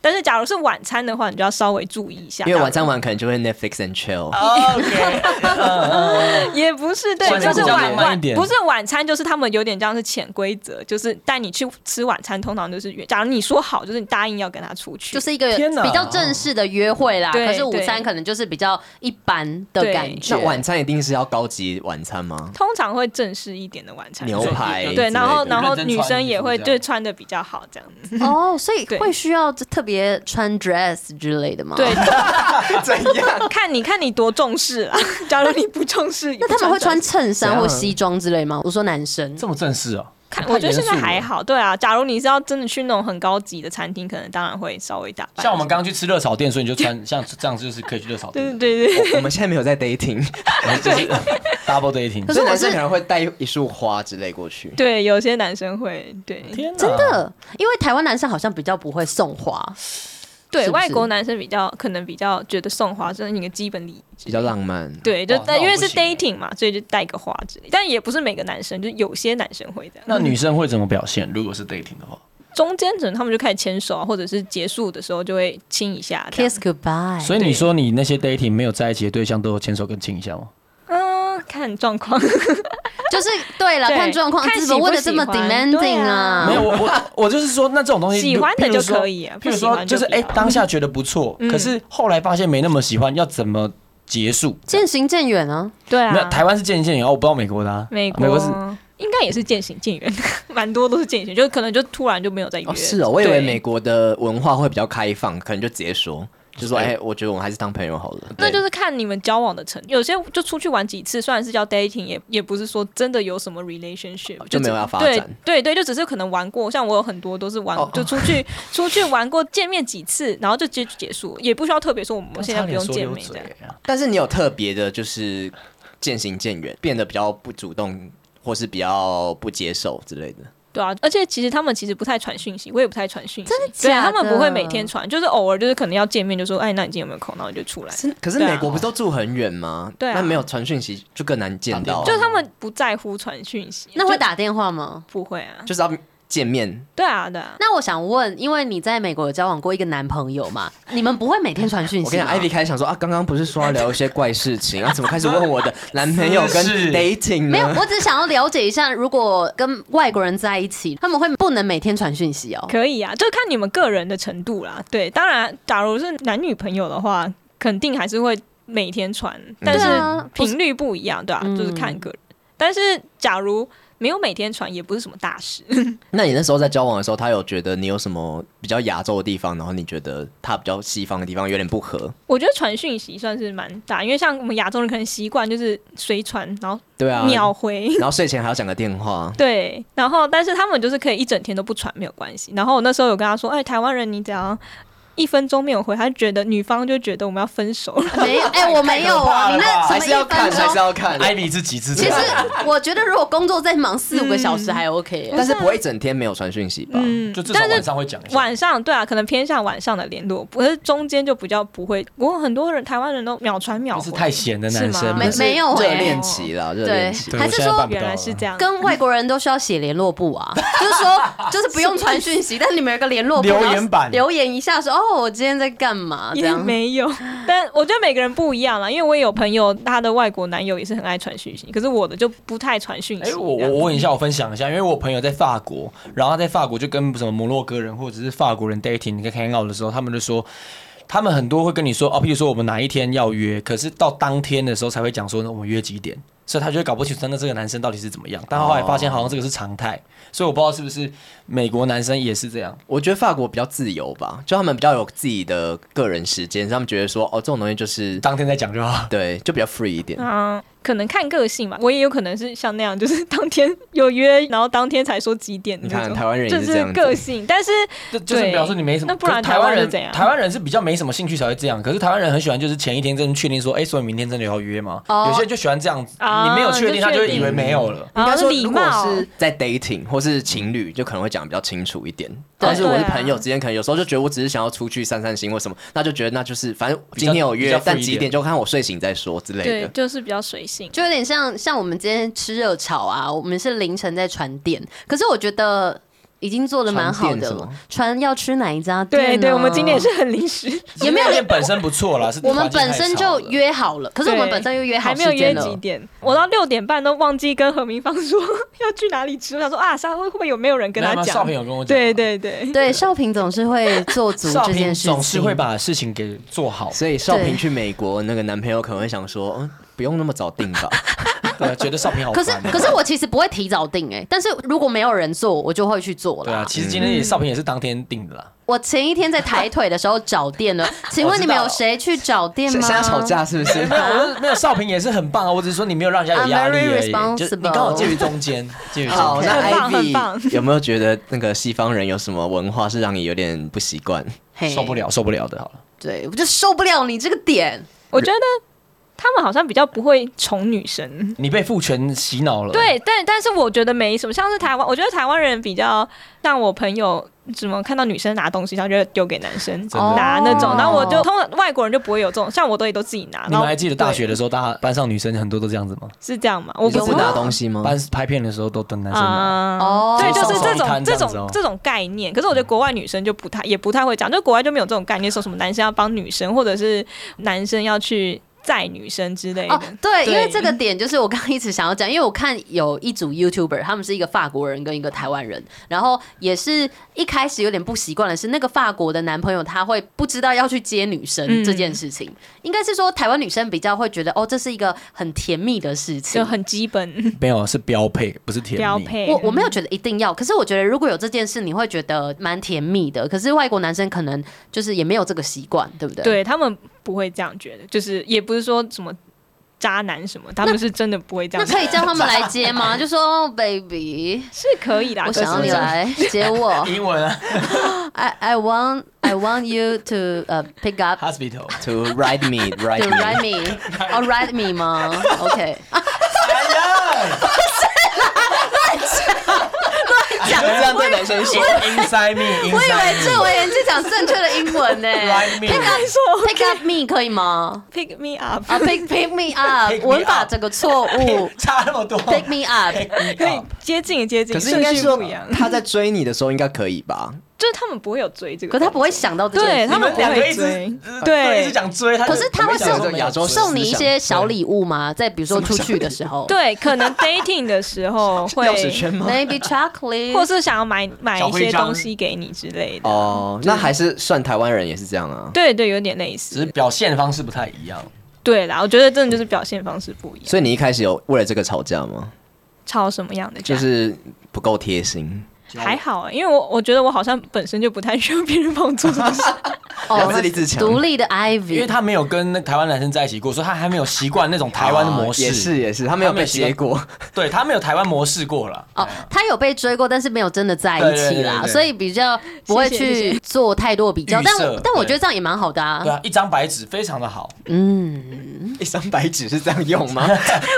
[SPEAKER 5] 但是假如是晚餐的话，你就要稍微注意一下，
[SPEAKER 3] 因为晚餐玩可能就会 Netflix and chill。
[SPEAKER 6] OK，
[SPEAKER 5] 也不是对，
[SPEAKER 6] 晚
[SPEAKER 5] 就
[SPEAKER 6] 餐
[SPEAKER 5] 是
[SPEAKER 6] 比较
[SPEAKER 5] 晚
[SPEAKER 6] 浪漫
[SPEAKER 5] 晚
[SPEAKER 6] 一点
[SPEAKER 5] 不是晚餐，就是他们有点像是潜规则，就是带你去吃晚餐，通常就是约假如你说好，就是你答应要跟他出去，
[SPEAKER 4] 就是一个
[SPEAKER 6] 天哪
[SPEAKER 4] 比较正式的约会啦。
[SPEAKER 5] 对
[SPEAKER 4] 可是午
[SPEAKER 5] 对
[SPEAKER 4] 餐可能就是比较一般的
[SPEAKER 5] 对
[SPEAKER 4] 感觉
[SPEAKER 3] 那。晚餐一定是要高级晚餐吗？
[SPEAKER 5] 通常会正式一点的晚餐。
[SPEAKER 3] 牛排
[SPEAKER 5] 对，然后
[SPEAKER 3] 之类的
[SPEAKER 5] 然后
[SPEAKER 6] 认真
[SPEAKER 5] 女
[SPEAKER 6] 穿
[SPEAKER 5] 生
[SPEAKER 6] 衣服
[SPEAKER 5] 也会
[SPEAKER 6] 这样
[SPEAKER 5] 对穿的比较好这样子。
[SPEAKER 4] 哦，所以
[SPEAKER 5] 对
[SPEAKER 4] 会需要特别穿 dress 之类的吗？
[SPEAKER 5] 对，，
[SPEAKER 3] 怎样？
[SPEAKER 5] 看你看你多重视啦。 假如你不重视，
[SPEAKER 4] 那他们会穿
[SPEAKER 5] 不
[SPEAKER 4] 衬衫
[SPEAKER 6] 怎
[SPEAKER 4] 或
[SPEAKER 6] 样
[SPEAKER 4] 西装之类吗？我说男生
[SPEAKER 6] 这么正式哦。
[SPEAKER 5] 看，
[SPEAKER 6] 太
[SPEAKER 5] 我觉得现在
[SPEAKER 6] 严肃了
[SPEAKER 5] 还好。对啊，假如你是要真的去那种很高级的餐厅，可能当然会稍微打扮。
[SPEAKER 6] 像我们刚刚去吃热炒店，所以你就穿 像这样，就是可以去热炒
[SPEAKER 5] 对对
[SPEAKER 6] 店
[SPEAKER 5] 对对，
[SPEAKER 3] 我们现在没有在 dating，
[SPEAKER 6] double dating
[SPEAKER 4] 可。是
[SPEAKER 3] 所以
[SPEAKER 4] 我
[SPEAKER 3] 男
[SPEAKER 4] 是
[SPEAKER 3] 生可能会带一束花之类过去。
[SPEAKER 5] 对，有些男生会对
[SPEAKER 6] 天
[SPEAKER 4] 真，的，
[SPEAKER 3] 啊
[SPEAKER 4] 因为台湾男生好像比较不会送花，
[SPEAKER 5] 对
[SPEAKER 4] 是不是
[SPEAKER 5] 外国男生比较可能比较觉得送花是一个基本礼仪之类的，
[SPEAKER 3] 比较浪漫，
[SPEAKER 5] 对，就
[SPEAKER 6] 哇那我
[SPEAKER 5] 因为是
[SPEAKER 6] 不行欸
[SPEAKER 5] dating 嘛，所以就带个花之类，但也不是每个男生，就有些男生会这样。
[SPEAKER 6] 那女生会怎么表现？如果是 dating 的话，
[SPEAKER 5] 中间可能他们就开始牵手啊，或者是结束的时候就会亲一下这样
[SPEAKER 4] kiss goodbye。
[SPEAKER 5] 哎
[SPEAKER 6] 所以你说你那些 dating 没有在一起的对象都有牵手跟亲一下吗？
[SPEAKER 5] 嗯，看状况。
[SPEAKER 4] 就是对了，
[SPEAKER 5] 对
[SPEAKER 4] 看状况，
[SPEAKER 5] 看
[SPEAKER 4] 怎么
[SPEAKER 5] 喜不
[SPEAKER 4] 问的这么
[SPEAKER 5] 喜欢对
[SPEAKER 4] demanding
[SPEAKER 5] 啊
[SPEAKER 4] 啊？
[SPEAKER 6] 没有，我 我我就是说，那这种东西
[SPEAKER 5] 喜欢的
[SPEAKER 6] 譬如说
[SPEAKER 5] 就可以啊
[SPEAKER 6] 譬
[SPEAKER 5] 不
[SPEAKER 6] 如
[SPEAKER 5] 喜
[SPEAKER 6] 说
[SPEAKER 5] 欢
[SPEAKER 6] 就是
[SPEAKER 5] 就不
[SPEAKER 6] 哎
[SPEAKER 5] 要，嗯
[SPEAKER 6] 当下觉得不错，可是后来发现没那么喜欢，要怎么结束？
[SPEAKER 4] 渐行渐远啊，
[SPEAKER 5] 对
[SPEAKER 6] 没有，
[SPEAKER 5] 啊，
[SPEAKER 6] 台湾是渐行渐远，哦我不知道美国的啊，
[SPEAKER 5] 美
[SPEAKER 6] 美国是
[SPEAKER 5] 应该也是渐行渐远， 蛮多都是渐行，就可能就突然就没有再约。
[SPEAKER 3] 哦，是哦，我以为
[SPEAKER 5] 对
[SPEAKER 3] 美。国的文化会比较开放，可能就直接说，就说
[SPEAKER 6] 对
[SPEAKER 3] 哎，我觉得我们还是当朋友好了。
[SPEAKER 5] 那就是是看你们交往的程度，有些就出去玩几次，虽然是叫 dating，也也不是说真的有什么 relationship，
[SPEAKER 3] 哦就没有
[SPEAKER 5] 只
[SPEAKER 3] 要发
[SPEAKER 5] 对
[SPEAKER 3] 展
[SPEAKER 5] 对对，就只是可能玩过，像我有很多都是玩，
[SPEAKER 3] 哦
[SPEAKER 5] 就出去出去玩过，见面几次，然后就结结束，也不需要特别说我们现在不用见面这样。
[SPEAKER 6] 样。
[SPEAKER 3] 但是你有特别的，就是渐行渐远，变得比较不主动，或是比较不接受之类的。
[SPEAKER 5] 对啊，而且其实他们其实不太传讯息，我也不太传讯息，
[SPEAKER 4] 真的
[SPEAKER 5] 对啊，
[SPEAKER 4] 假
[SPEAKER 5] 他
[SPEAKER 4] 的
[SPEAKER 5] 们不会每天传，就是偶尔就是可能要见面就说，哎，那你今天有没有空？然后你就出来。
[SPEAKER 3] 是，哦哎可是
[SPEAKER 5] 对啊
[SPEAKER 3] 美国不都住很远吗？
[SPEAKER 5] 对啊
[SPEAKER 3] 那没有传讯息就更难见到啊，
[SPEAKER 6] 打电话
[SPEAKER 5] 就是他们不在乎传讯息，
[SPEAKER 4] 那会
[SPEAKER 5] 就
[SPEAKER 4] 打电话吗？
[SPEAKER 5] 不会啊？
[SPEAKER 3] 就是要见面。
[SPEAKER 5] 对啊，对啊，
[SPEAKER 4] 那我想问，因为你在美国有交往过一个男朋友嘛，你们不会每天传讯
[SPEAKER 3] 我
[SPEAKER 4] 息
[SPEAKER 3] 跟你
[SPEAKER 4] 吗？
[SPEAKER 3] 讲，艾比开始想说啊，刚刚不是说要聊一些怪事情，啊，怎么开始问我的男朋友跟
[SPEAKER 6] 私事
[SPEAKER 3] dating
[SPEAKER 4] 没有，
[SPEAKER 3] 呢？
[SPEAKER 4] 我只想要了解一下，如果跟外国人在一起，他们会不能每天传讯息哦？
[SPEAKER 5] 可以啊，就看你们个人的程度啦。对，当然，假如是男女朋友的话，肯定还是会每天传，
[SPEAKER 6] 嗯
[SPEAKER 5] 但
[SPEAKER 4] 对
[SPEAKER 5] 是
[SPEAKER 4] 啊，不是
[SPEAKER 5] 频率不一样，对啊，
[SPEAKER 4] 嗯
[SPEAKER 5] 就是看个人。但是假如没有每天传，也不是什么大事。
[SPEAKER 3] 那你那时候在交往的时候，他有觉得你有什么比较亚洲的地方，然后你觉得他比较西方的地方有点不合？
[SPEAKER 5] 我觉得传讯息算是蛮大，因为像我们亚洲人可能习惯就是随传，然后
[SPEAKER 3] 对啊，
[SPEAKER 5] 秒回。
[SPEAKER 3] 然后睡前还要讲个电话，
[SPEAKER 5] 对，然后但是他们就是可以一整天都不传没有关系。然后我那时候有跟他说，哎，台湾人你只要一分钟没有回，他就觉得女方就觉得我们要分手了。
[SPEAKER 4] 没有，哎，我没有啊，
[SPEAKER 6] 太
[SPEAKER 4] 你
[SPEAKER 6] 可怕
[SPEAKER 4] 那什么哎一
[SPEAKER 3] 还是要看，
[SPEAKER 6] 了吧
[SPEAKER 4] 分
[SPEAKER 3] 还是
[SPEAKER 4] 钟？
[SPEAKER 3] 要看。
[SPEAKER 6] 艾比自己自啊己
[SPEAKER 4] 其实我觉得，如果工作在忙四五个小时还 OK，
[SPEAKER 3] 但是不会一整天没有传讯息吧？
[SPEAKER 5] 嗯，
[SPEAKER 6] 就至少
[SPEAKER 5] 但
[SPEAKER 6] 晚
[SPEAKER 5] 是
[SPEAKER 6] 上会讲一下。
[SPEAKER 5] 晚上对啊，可能偏向晚上的联络，可是中间就比较不会。不过很多人台湾人都秒传秒
[SPEAKER 6] 不
[SPEAKER 5] 回，
[SPEAKER 6] 是太闲的男
[SPEAKER 5] 是
[SPEAKER 6] 生
[SPEAKER 5] 吗
[SPEAKER 4] 没
[SPEAKER 3] 就是
[SPEAKER 4] 没有
[SPEAKER 3] 热
[SPEAKER 4] 欸
[SPEAKER 3] 恋期啦，热恋期。
[SPEAKER 6] 对
[SPEAKER 4] 还
[SPEAKER 6] 我
[SPEAKER 4] 是
[SPEAKER 6] 现在
[SPEAKER 4] 说
[SPEAKER 6] 办不
[SPEAKER 5] 原
[SPEAKER 6] 到啊
[SPEAKER 5] 来
[SPEAKER 6] 了
[SPEAKER 5] 是这样，
[SPEAKER 4] 跟外国人都需要写联络簿 啊，就是说，就是不用传讯息，但你们有个联络簿，
[SPEAKER 6] 留言
[SPEAKER 4] 然后
[SPEAKER 6] 板
[SPEAKER 4] 留言一下说哦，我今天在干嘛这
[SPEAKER 5] 也
[SPEAKER 4] 样。
[SPEAKER 5] 没有。但我觉得每个人不一样啦，因为我也有朋友，他的外国男友也是很爱传讯息，可是我的就不太传讯息。
[SPEAKER 6] 哎，我
[SPEAKER 5] 这样
[SPEAKER 6] 我问一下，我分享一下，因为我朋友在法国，然后他在法国就跟什么摩洛哥人或者是法国人 dating 跟 hang out 的时候，他们就说。他们很多会跟你说哦，譬如说我们哪一天要约，可是到当天的时候才会讲说我们约几点，所以他就会搞不清楚真的这个男生到底是怎么样。但他后来发现好像这个是常态，所以我不知道是不是美国男生也是这样。
[SPEAKER 3] 我觉得法国比较自由吧，就他们比较有自己的个人时间，他们觉得说哦，这种东西就是
[SPEAKER 6] 当天再讲就好。
[SPEAKER 3] 对，就比较 free 一点。
[SPEAKER 5] 嗯，可能看个性吧。我也有可能是像那样，就是当天 有约，然后当天才说几点
[SPEAKER 3] 你
[SPEAKER 5] 那
[SPEAKER 3] 看
[SPEAKER 5] 种。
[SPEAKER 3] 台湾人也
[SPEAKER 5] 就是
[SPEAKER 3] 这
[SPEAKER 5] 是
[SPEAKER 3] 样子，
[SPEAKER 5] 个性，但是
[SPEAKER 6] 就就是
[SPEAKER 5] 对
[SPEAKER 6] 表示你没什么。
[SPEAKER 5] 那不然
[SPEAKER 6] 可台
[SPEAKER 5] 台湾
[SPEAKER 6] 人
[SPEAKER 5] 是怎样
[SPEAKER 6] 台湾人是比较没什么兴趣才会这样，可是台湾人很喜欢，就是前一天真的确定说，哎、所以明天真的要约吗？
[SPEAKER 4] 哦
[SPEAKER 6] 有些人就喜欢这样子，
[SPEAKER 5] 啊
[SPEAKER 6] 你没有确定，
[SPEAKER 5] 就
[SPEAKER 6] 他
[SPEAKER 5] 确
[SPEAKER 6] 就
[SPEAKER 5] 定
[SPEAKER 6] 会以为没有了。
[SPEAKER 3] 应该
[SPEAKER 5] 啊
[SPEAKER 3] 说
[SPEAKER 5] 礼
[SPEAKER 3] 如果
[SPEAKER 5] 貌
[SPEAKER 3] 是在 dating 或是情侣，就可能会讲得比较清楚一点。
[SPEAKER 4] 对
[SPEAKER 3] 但是我
[SPEAKER 5] 对
[SPEAKER 3] 是
[SPEAKER 5] 啊
[SPEAKER 3] 朋友之间，可能有时候就觉得我只是想要出去散散心或什么，那就觉得那就是反正
[SPEAKER 6] 比较
[SPEAKER 3] 今天有
[SPEAKER 6] 比
[SPEAKER 3] 约
[SPEAKER 6] 较，free
[SPEAKER 3] 但
[SPEAKER 6] 一
[SPEAKER 3] 几
[SPEAKER 6] 点
[SPEAKER 3] 点就看我睡醒再说之类
[SPEAKER 5] 对
[SPEAKER 3] 的，。
[SPEAKER 5] 就是比较随性。
[SPEAKER 4] 就有点像像我们今天吃热炒啊，我们是凌晨在传电，可是我觉得。已经做的蛮好
[SPEAKER 3] 船
[SPEAKER 4] 的
[SPEAKER 3] 店什
[SPEAKER 4] 了
[SPEAKER 3] 么。
[SPEAKER 4] 船要吃哪一家店、啊？
[SPEAKER 5] 对对，我们今年也是很临时，
[SPEAKER 4] 也没有
[SPEAKER 6] 店本身不错啦，是
[SPEAKER 4] 我们
[SPEAKER 6] 环境
[SPEAKER 4] 本
[SPEAKER 6] 太
[SPEAKER 4] 身
[SPEAKER 6] 吵
[SPEAKER 4] 就
[SPEAKER 6] 了
[SPEAKER 4] 约好了，可是我们
[SPEAKER 5] 对
[SPEAKER 4] 本身又约好
[SPEAKER 5] 还
[SPEAKER 4] 时
[SPEAKER 5] 没有
[SPEAKER 4] 间
[SPEAKER 5] 约几
[SPEAKER 4] 了。
[SPEAKER 5] 点，我到六点半都忘记跟何明芳说 要去哪里吃。我想说啊，稍微会不会有没有人跟
[SPEAKER 6] 没有
[SPEAKER 5] 他
[SPEAKER 6] 没有少
[SPEAKER 5] 讲？
[SPEAKER 6] 平有跟我讲，
[SPEAKER 5] 对，对对，
[SPEAKER 4] 对，少平总是会做 足
[SPEAKER 6] 少
[SPEAKER 4] 这
[SPEAKER 6] 平
[SPEAKER 4] 件事情，
[SPEAKER 6] 总是会把事情给做好，
[SPEAKER 3] 所以少平
[SPEAKER 4] 对
[SPEAKER 3] 去美国，那个男朋友可能会想说，嗯，不用那么早定 吧。
[SPEAKER 6] 对啊，觉得少平好
[SPEAKER 4] 可是
[SPEAKER 6] 烦啊
[SPEAKER 4] 可是我其实不会提早定哎、但是如果没有人做，我就会去做
[SPEAKER 6] 对
[SPEAKER 4] 啦。
[SPEAKER 6] 啊，其实今天
[SPEAKER 5] 嗯
[SPEAKER 6] 也少平也是当天定的啦，
[SPEAKER 4] 我前一天在抬腿的时候找店了，请问你们有谁去找店
[SPEAKER 3] 现
[SPEAKER 4] 吗？
[SPEAKER 3] 现在吵架是不是？
[SPEAKER 6] 没有，我是没有少平也是很棒啊，我只是说你没有让人家有压力
[SPEAKER 4] I'm very
[SPEAKER 6] 而已，就你刚好
[SPEAKER 4] responsible
[SPEAKER 6] 介于中间，介于中
[SPEAKER 3] 好，
[SPEAKER 6] 间。
[SPEAKER 3] 那
[SPEAKER 5] 很棒很棒
[SPEAKER 3] Ivy 有没有觉得那个西方人有什么文化是让你有点不习惯？
[SPEAKER 4] 嘿
[SPEAKER 6] 受不，了，受不了的，好了，
[SPEAKER 4] 对我就受不了你这个点。
[SPEAKER 5] 我觉得他们好像比较不会宠女生。
[SPEAKER 6] 你被父权洗脑了。
[SPEAKER 5] 对，但但是我觉得没什么，像是台湾，我觉得台湾人比较像我朋友，什么看到女生拿东西，然后就丢给男生
[SPEAKER 6] 真的
[SPEAKER 5] 拿那种
[SPEAKER 4] 哦，
[SPEAKER 5] 然后我就通常外国人就不会有这种，像我都也都自己
[SPEAKER 4] 啊
[SPEAKER 5] 拿。
[SPEAKER 6] 你
[SPEAKER 5] 然
[SPEAKER 6] 们
[SPEAKER 5] 后
[SPEAKER 6] 还记得大学
[SPEAKER 5] 对
[SPEAKER 6] 的时候，大家班上女生很多都这样子吗？
[SPEAKER 5] 是这样吗？我
[SPEAKER 3] 你
[SPEAKER 5] 不啊
[SPEAKER 3] 说
[SPEAKER 5] 知
[SPEAKER 3] 不拿
[SPEAKER 5] 道
[SPEAKER 3] 东
[SPEAKER 4] 嗯
[SPEAKER 3] 西吗？
[SPEAKER 6] 班拍片的时候都等男生拿。
[SPEAKER 5] 啊
[SPEAKER 4] 哦
[SPEAKER 5] 对，就是
[SPEAKER 6] 手
[SPEAKER 5] 这
[SPEAKER 6] 手一
[SPEAKER 5] 种
[SPEAKER 6] 摊
[SPEAKER 5] 这
[SPEAKER 6] 这样子哦
[SPEAKER 5] 种这种概念。可是我觉得国外女生就不太也不太会讲，就国外就没有这种概念，说什么男生要帮女生，或者是男生要去载女生之类的。
[SPEAKER 4] 哦，对，因为
[SPEAKER 5] 哎对
[SPEAKER 4] 这个点就是我刚刚一直想要讲，因为我看有一组 YouTuber，他们是一个法国人跟一个台湾人，然后也是一开始有点不习惯的是，那个法国的男朋友他会不知道要去接女生
[SPEAKER 5] 嗯
[SPEAKER 4] 这件事情，应该是说台湾女生比较会觉得哦，这是一个很甜蜜的事情，
[SPEAKER 5] 就很基 本
[SPEAKER 6] 没有，是标配，不是甜蜜。
[SPEAKER 5] 标。配。
[SPEAKER 4] 我我没有觉得一定要，可是我觉得如果有这件事，你会觉得蛮甜蜜的。可是外国男生可能就是也没有这个习惯，对不对？。
[SPEAKER 5] 嗯对他们不会这样觉得，就是也不是说什么渣男什么，他们是真的不会这
[SPEAKER 4] 那
[SPEAKER 5] 样。
[SPEAKER 4] 可以叫他们来接 吗？就说、b a b y
[SPEAKER 5] 是可以啦，
[SPEAKER 4] 我想要
[SPEAKER 5] 可
[SPEAKER 4] 你
[SPEAKER 5] 是
[SPEAKER 4] 来接我
[SPEAKER 6] 英文啊
[SPEAKER 4] ，I I want I want you to 呃、pick up
[SPEAKER 6] ，hospital。
[SPEAKER 3] To ride me,
[SPEAKER 4] to
[SPEAKER 3] ride me
[SPEAKER 4] ride。me，哦、ride me 吗？OK，啊
[SPEAKER 3] 讲这样对男生说，
[SPEAKER 6] Inside me，
[SPEAKER 4] 哎我以为郑文言是讲正确的英文 呢、啊
[SPEAKER 6] Ride me
[SPEAKER 4] pick up
[SPEAKER 5] 说
[SPEAKER 4] pick up me 可以吗？
[SPEAKER 5] pick me up，
[SPEAKER 4] 啊、p i c k pick me up，
[SPEAKER 6] Pick me
[SPEAKER 4] 文法
[SPEAKER 6] up
[SPEAKER 4] 这个错误
[SPEAKER 6] 差那么多。
[SPEAKER 4] ，pick me up。
[SPEAKER 5] 可 以接近接近，
[SPEAKER 3] 可是应该
[SPEAKER 5] 顺序
[SPEAKER 3] 说
[SPEAKER 5] 不一样，
[SPEAKER 3] 他在追你的时候应该可以吧？
[SPEAKER 5] 就是他们不会有追这个
[SPEAKER 4] 可
[SPEAKER 5] 动
[SPEAKER 4] 他
[SPEAKER 5] 作，
[SPEAKER 4] 不会想到这件事
[SPEAKER 5] 对
[SPEAKER 4] 情
[SPEAKER 5] 他们不会追
[SPEAKER 6] 直，呃
[SPEAKER 5] 对
[SPEAKER 6] 一直讲追，
[SPEAKER 4] 可是他会
[SPEAKER 6] 没想
[SPEAKER 4] 送
[SPEAKER 6] 到亚洲
[SPEAKER 4] 送你一些小礼物吗？在比如说出去的时候，
[SPEAKER 5] 对，可能 dating 的时候会
[SPEAKER 3] 钥匙圈吗？
[SPEAKER 4] ，maybe chocolate，
[SPEAKER 5] 或 是想要买买
[SPEAKER 6] 小
[SPEAKER 5] 一
[SPEAKER 6] 徽
[SPEAKER 5] 些
[SPEAKER 6] 章
[SPEAKER 5] 东西给你之类的。
[SPEAKER 3] 哦，那还是算台湾人也是这样啊。
[SPEAKER 5] 对对，有点类
[SPEAKER 6] 只是
[SPEAKER 5] 似。
[SPEAKER 6] 表现方式不太一样。
[SPEAKER 4] 嗯
[SPEAKER 5] 对啦，我觉得真的就是表现方式不一样。
[SPEAKER 3] 所以你一开始有为了这个吵架
[SPEAKER 5] 啊
[SPEAKER 3] 吗？
[SPEAKER 5] 超什么样的价？
[SPEAKER 3] 就是不够贴心，
[SPEAKER 5] 还好、欸，因为我我觉得我好像本身就不太需要别人帮我做这 种事。
[SPEAKER 4] 哦，
[SPEAKER 3] 自立自强
[SPEAKER 4] 独立的
[SPEAKER 6] 因为
[SPEAKER 4] Ivy，
[SPEAKER 6] 他没有跟那台湾男生在一起过，所以他还没有习惯那种台湾的模式。
[SPEAKER 3] 啊也
[SPEAKER 4] 啊
[SPEAKER 3] 是，也是，他没有被结果，
[SPEAKER 6] 对他没有台湾模式过了。
[SPEAKER 4] 哦，他有被追过，但是没有真的在一
[SPEAKER 6] 对对
[SPEAKER 4] 起
[SPEAKER 6] 对对
[SPEAKER 4] 啦，
[SPEAKER 6] 对
[SPEAKER 4] 所以比较不会
[SPEAKER 5] 谢谢谢
[SPEAKER 4] 去做太多比较。
[SPEAKER 6] 预
[SPEAKER 4] 但
[SPEAKER 6] 设
[SPEAKER 4] 但我
[SPEAKER 6] 对
[SPEAKER 4] 觉得这样也蛮好的啊
[SPEAKER 6] 对。啊，一张白纸非常的好。
[SPEAKER 4] 嗯，
[SPEAKER 3] 一张白纸是这样用 吗？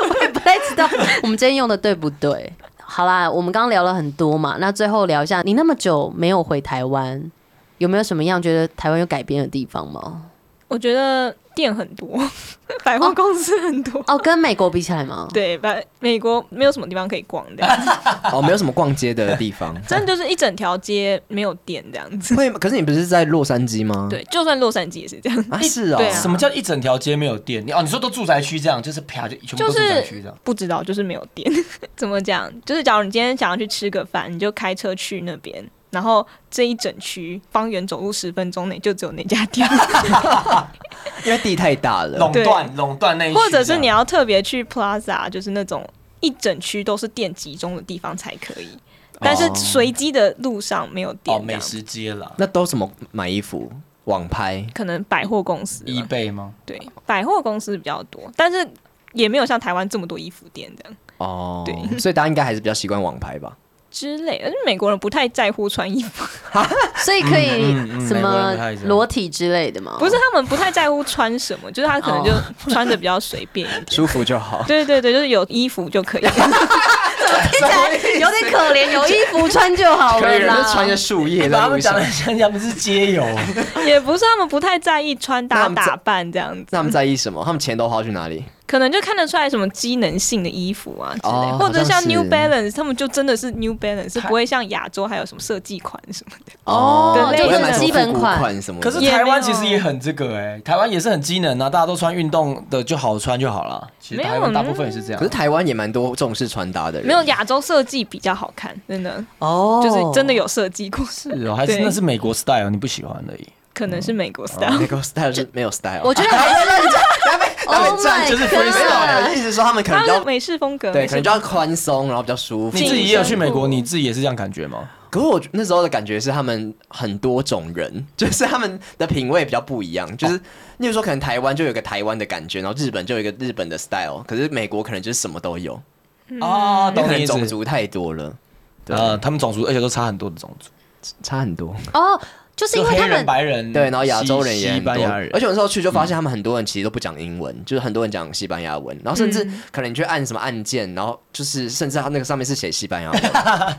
[SPEAKER 4] 我也不太知道我们今天用的对不对。好啦，我们刚刚聊了很多嘛，那最后聊一下，你那么久没有回台湾，有没有什么样觉得台湾有改变的地方吗？
[SPEAKER 5] 我觉得店很 多，百货公司很多。
[SPEAKER 4] 哦，跟美国比起来吗？
[SPEAKER 5] 对，把美国没有什么地方可以逛 的，
[SPEAKER 3] 哦，没有什么逛街的地方，
[SPEAKER 5] 真的就是一整条街没有店这样子。
[SPEAKER 3] 会吗？可是你不是在洛杉矶吗？
[SPEAKER 5] 对，就算洛杉矶也是这样，
[SPEAKER 3] 啊，是哦
[SPEAKER 5] 对啊
[SPEAKER 6] 什么叫一整条街没有店？你哦，你说都住宅区这样，就是啪就全部
[SPEAKER 5] 就
[SPEAKER 6] 都住宅
[SPEAKER 5] 是
[SPEAKER 6] 区这样。
[SPEAKER 5] 不知道就是没有店。 怎么讲？就是假如你今天想要去吃个饭，你就开车去那边，然后这一整区方圆走路十分钟内就只有那家店。
[SPEAKER 3] 因为地太大了
[SPEAKER 6] 垄。断垄断那一区这样，
[SPEAKER 5] 或者是你要特别去 Plaza，就是那种一整区都是店集中的地方才可以。但是随机的路上没有店
[SPEAKER 6] 哦
[SPEAKER 5] 这样，
[SPEAKER 6] 美食街啦，
[SPEAKER 3] 那都怎么买衣服？网拍
[SPEAKER 5] 可能百货公司吧
[SPEAKER 6] 易贝吗？
[SPEAKER 5] 对百货公司比较多，但是也没有像台湾这么多衣服店这样
[SPEAKER 3] 哦，
[SPEAKER 5] 对
[SPEAKER 3] 所以大家应该还是比较习惯网拍吧。
[SPEAKER 5] 之类的。而且美国人不太在乎穿衣服，
[SPEAKER 4] 所以可以
[SPEAKER 6] 嗯嗯嗯
[SPEAKER 4] 什
[SPEAKER 6] 美国人
[SPEAKER 4] 么
[SPEAKER 6] 不太一样
[SPEAKER 4] 裸体之类的
[SPEAKER 3] 哦
[SPEAKER 4] 吗？
[SPEAKER 5] 不是他们不太在乎穿什么，就是他可能就 穿的比较随便一点。
[SPEAKER 3] 舒服就好。
[SPEAKER 5] 对对对，就是有衣服就可以。
[SPEAKER 4] 听起来有点可怜，有衣服穿就好了
[SPEAKER 3] 人就
[SPEAKER 4] 啦。
[SPEAKER 3] 穿着树叶在
[SPEAKER 6] 把他
[SPEAKER 3] 路
[SPEAKER 6] 们讲
[SPEAKER 3] 上
[SPEAKER 6] 的，像他们是 街友，
[SPEAKER 5] 也不是他们不太在意穿
[SPEAKER 3] 那
[SPEAKER 5] 搭
[SPEAKER 3] 他们在
[SPEAKER 5] 打扮这样子。
[SPEAKER 3] 那他们在意什么？他们钱都花去哪里？
[SPEAKER 5] 可能就看得出来什么机能性的衣服啊之类，
[SPEAKER 3] 哦
[SPEAKER 5] 或者
[SPEAKER 3] 好像
[SPEAKER 5] 像
[SPEAKER 3] 是
[SPEAKER 5] New Balance，他们就真的是 New Balance，不会像亚洲还有什么设计款什么的。
[SPEAKER 4] 哦
[SPEAKER 5] 对
[SPEAKER 3] 我
[SPEAKER 5] 类
[SPEAKER 3] 会
[SPEAKER 5] 似
[SPEAKER 3] 买什么
[SPEAKER 4] 基本
[SPEAKER 3] 复古
[SPEAKER 4] 款
[SPEAKER 3] 款什么的。
[SPEAKER 6] 可是
[SPEAKER 5] 也
[SPEAKER 6] 台湾
[SPEAKER 5] 没有
[SPEAKER 6] 其实也很这个哎、台湾也是很机能啊，大家都穿运动的就好穿就好了。其实台
[SPEAKER 5] 没
[SPEAKER 6] 湾
[SPEAKER 5] 有
[SPEAKER 6] 大部分也是这样
[SPEAKER 3] 可是。台湾也蛮多重视穿搭的人，
[SPEAKER 5] 没有亚洲设计比较好看，真的
[SPEAKER 4] 哦
[SPEAKER 5] 就是真的有设计过，
[SPEAKER 6] 是哦，还是
[SPEAKER 5] 对
[SPEAKER 6] 那是美国 style，你不喜欢而已。
[SPEAKER 5] 可能是美国
[SPEAKER 6] 哦
[SPEAKER 5] style
[SPEAKER 3] 美。国 style 是没有 style，
[SPEAKER 4] 我觉得还是，Oh
[SPEAKER 3] 这样
[SPEAKER 4] my
[SPEAKER 3] 就是 freestyle，我
[SPEAKER 4] god！
[SPEAKER 3] 的意思是说他们可能
[SPEAKER 5] 他
[SPEAKER 3] 比
[SPEAKER 5] 们
[SPEAKER 3] 较
[SPEAKER 5] 的美式风格，
[SPEAKER 3] 对，
[SPEAKER 5] 美
[SPEAKER 3] 可
[SPEAKER 5] 式
[SPEAKER 3] 能比较宽松，然后比较舒服
[SPEAKER 6] 你。自己也有去美国，
[SPEAKER 5] 进
[SPEAKER 6] 你自己也是这样感觉吗？
[SPEAKER 3] 可是我那时候的感觉是，他们很多种人， 就是他们的品味比较不一样。
[SPEAKER 4] 哦
[SPEAKER 3] 就是，例如说，可能台湾就有一个台湾的感觉，然后日本就有一个日本的 style，可是美国可能就是什么都有，
[SPEAKER 5] 嗯
[SPEAKER 6] 啊，
[SPEAKER 3] 因为
[SPEAKER 6] 懂
[SPEAKER 3] 可
[SPEAKER 6] 你
[SPEAKER 3] 能
[SPEAKER 6] 意
[SPEAKER 3] 种
[SPEAKER 6] 思。
[SPEAKER 3] 族太多了，对，
[SPEAKER 6] 呃，他们种族，而且都差很多的种族，
[SPEAKER 3] 差很多。
[SPEAKER 4] 哦，就是因
[SPEAKER 6] 就
[SPEAKER 4] 为
[SPEAKER 6] 黑
[SPEAKER 4] 他
[SPEAKER 6] 人、
[SPEAKER 4] 们
[SPEAKER 6] 白人，
[SPEAKER 3] 对，然后亚洲人
[SPEAKER 6] 嗯西
[SPEAKER 3] 也
[SPEAKER 6] 西
[SPEAKER 3] 很多
[SPEAKER 6] 班牙人，嗯
[SPEAKER 3] 而且我那时候去就发现他们很多人其实都不讲英文，就是很多人讲西班牙文，然后甚
[SPEAKER 5] 嗯
[SPEAKER 3] 至可能你去按什么按键，然后就是甚至他那个上面是写西班牙 文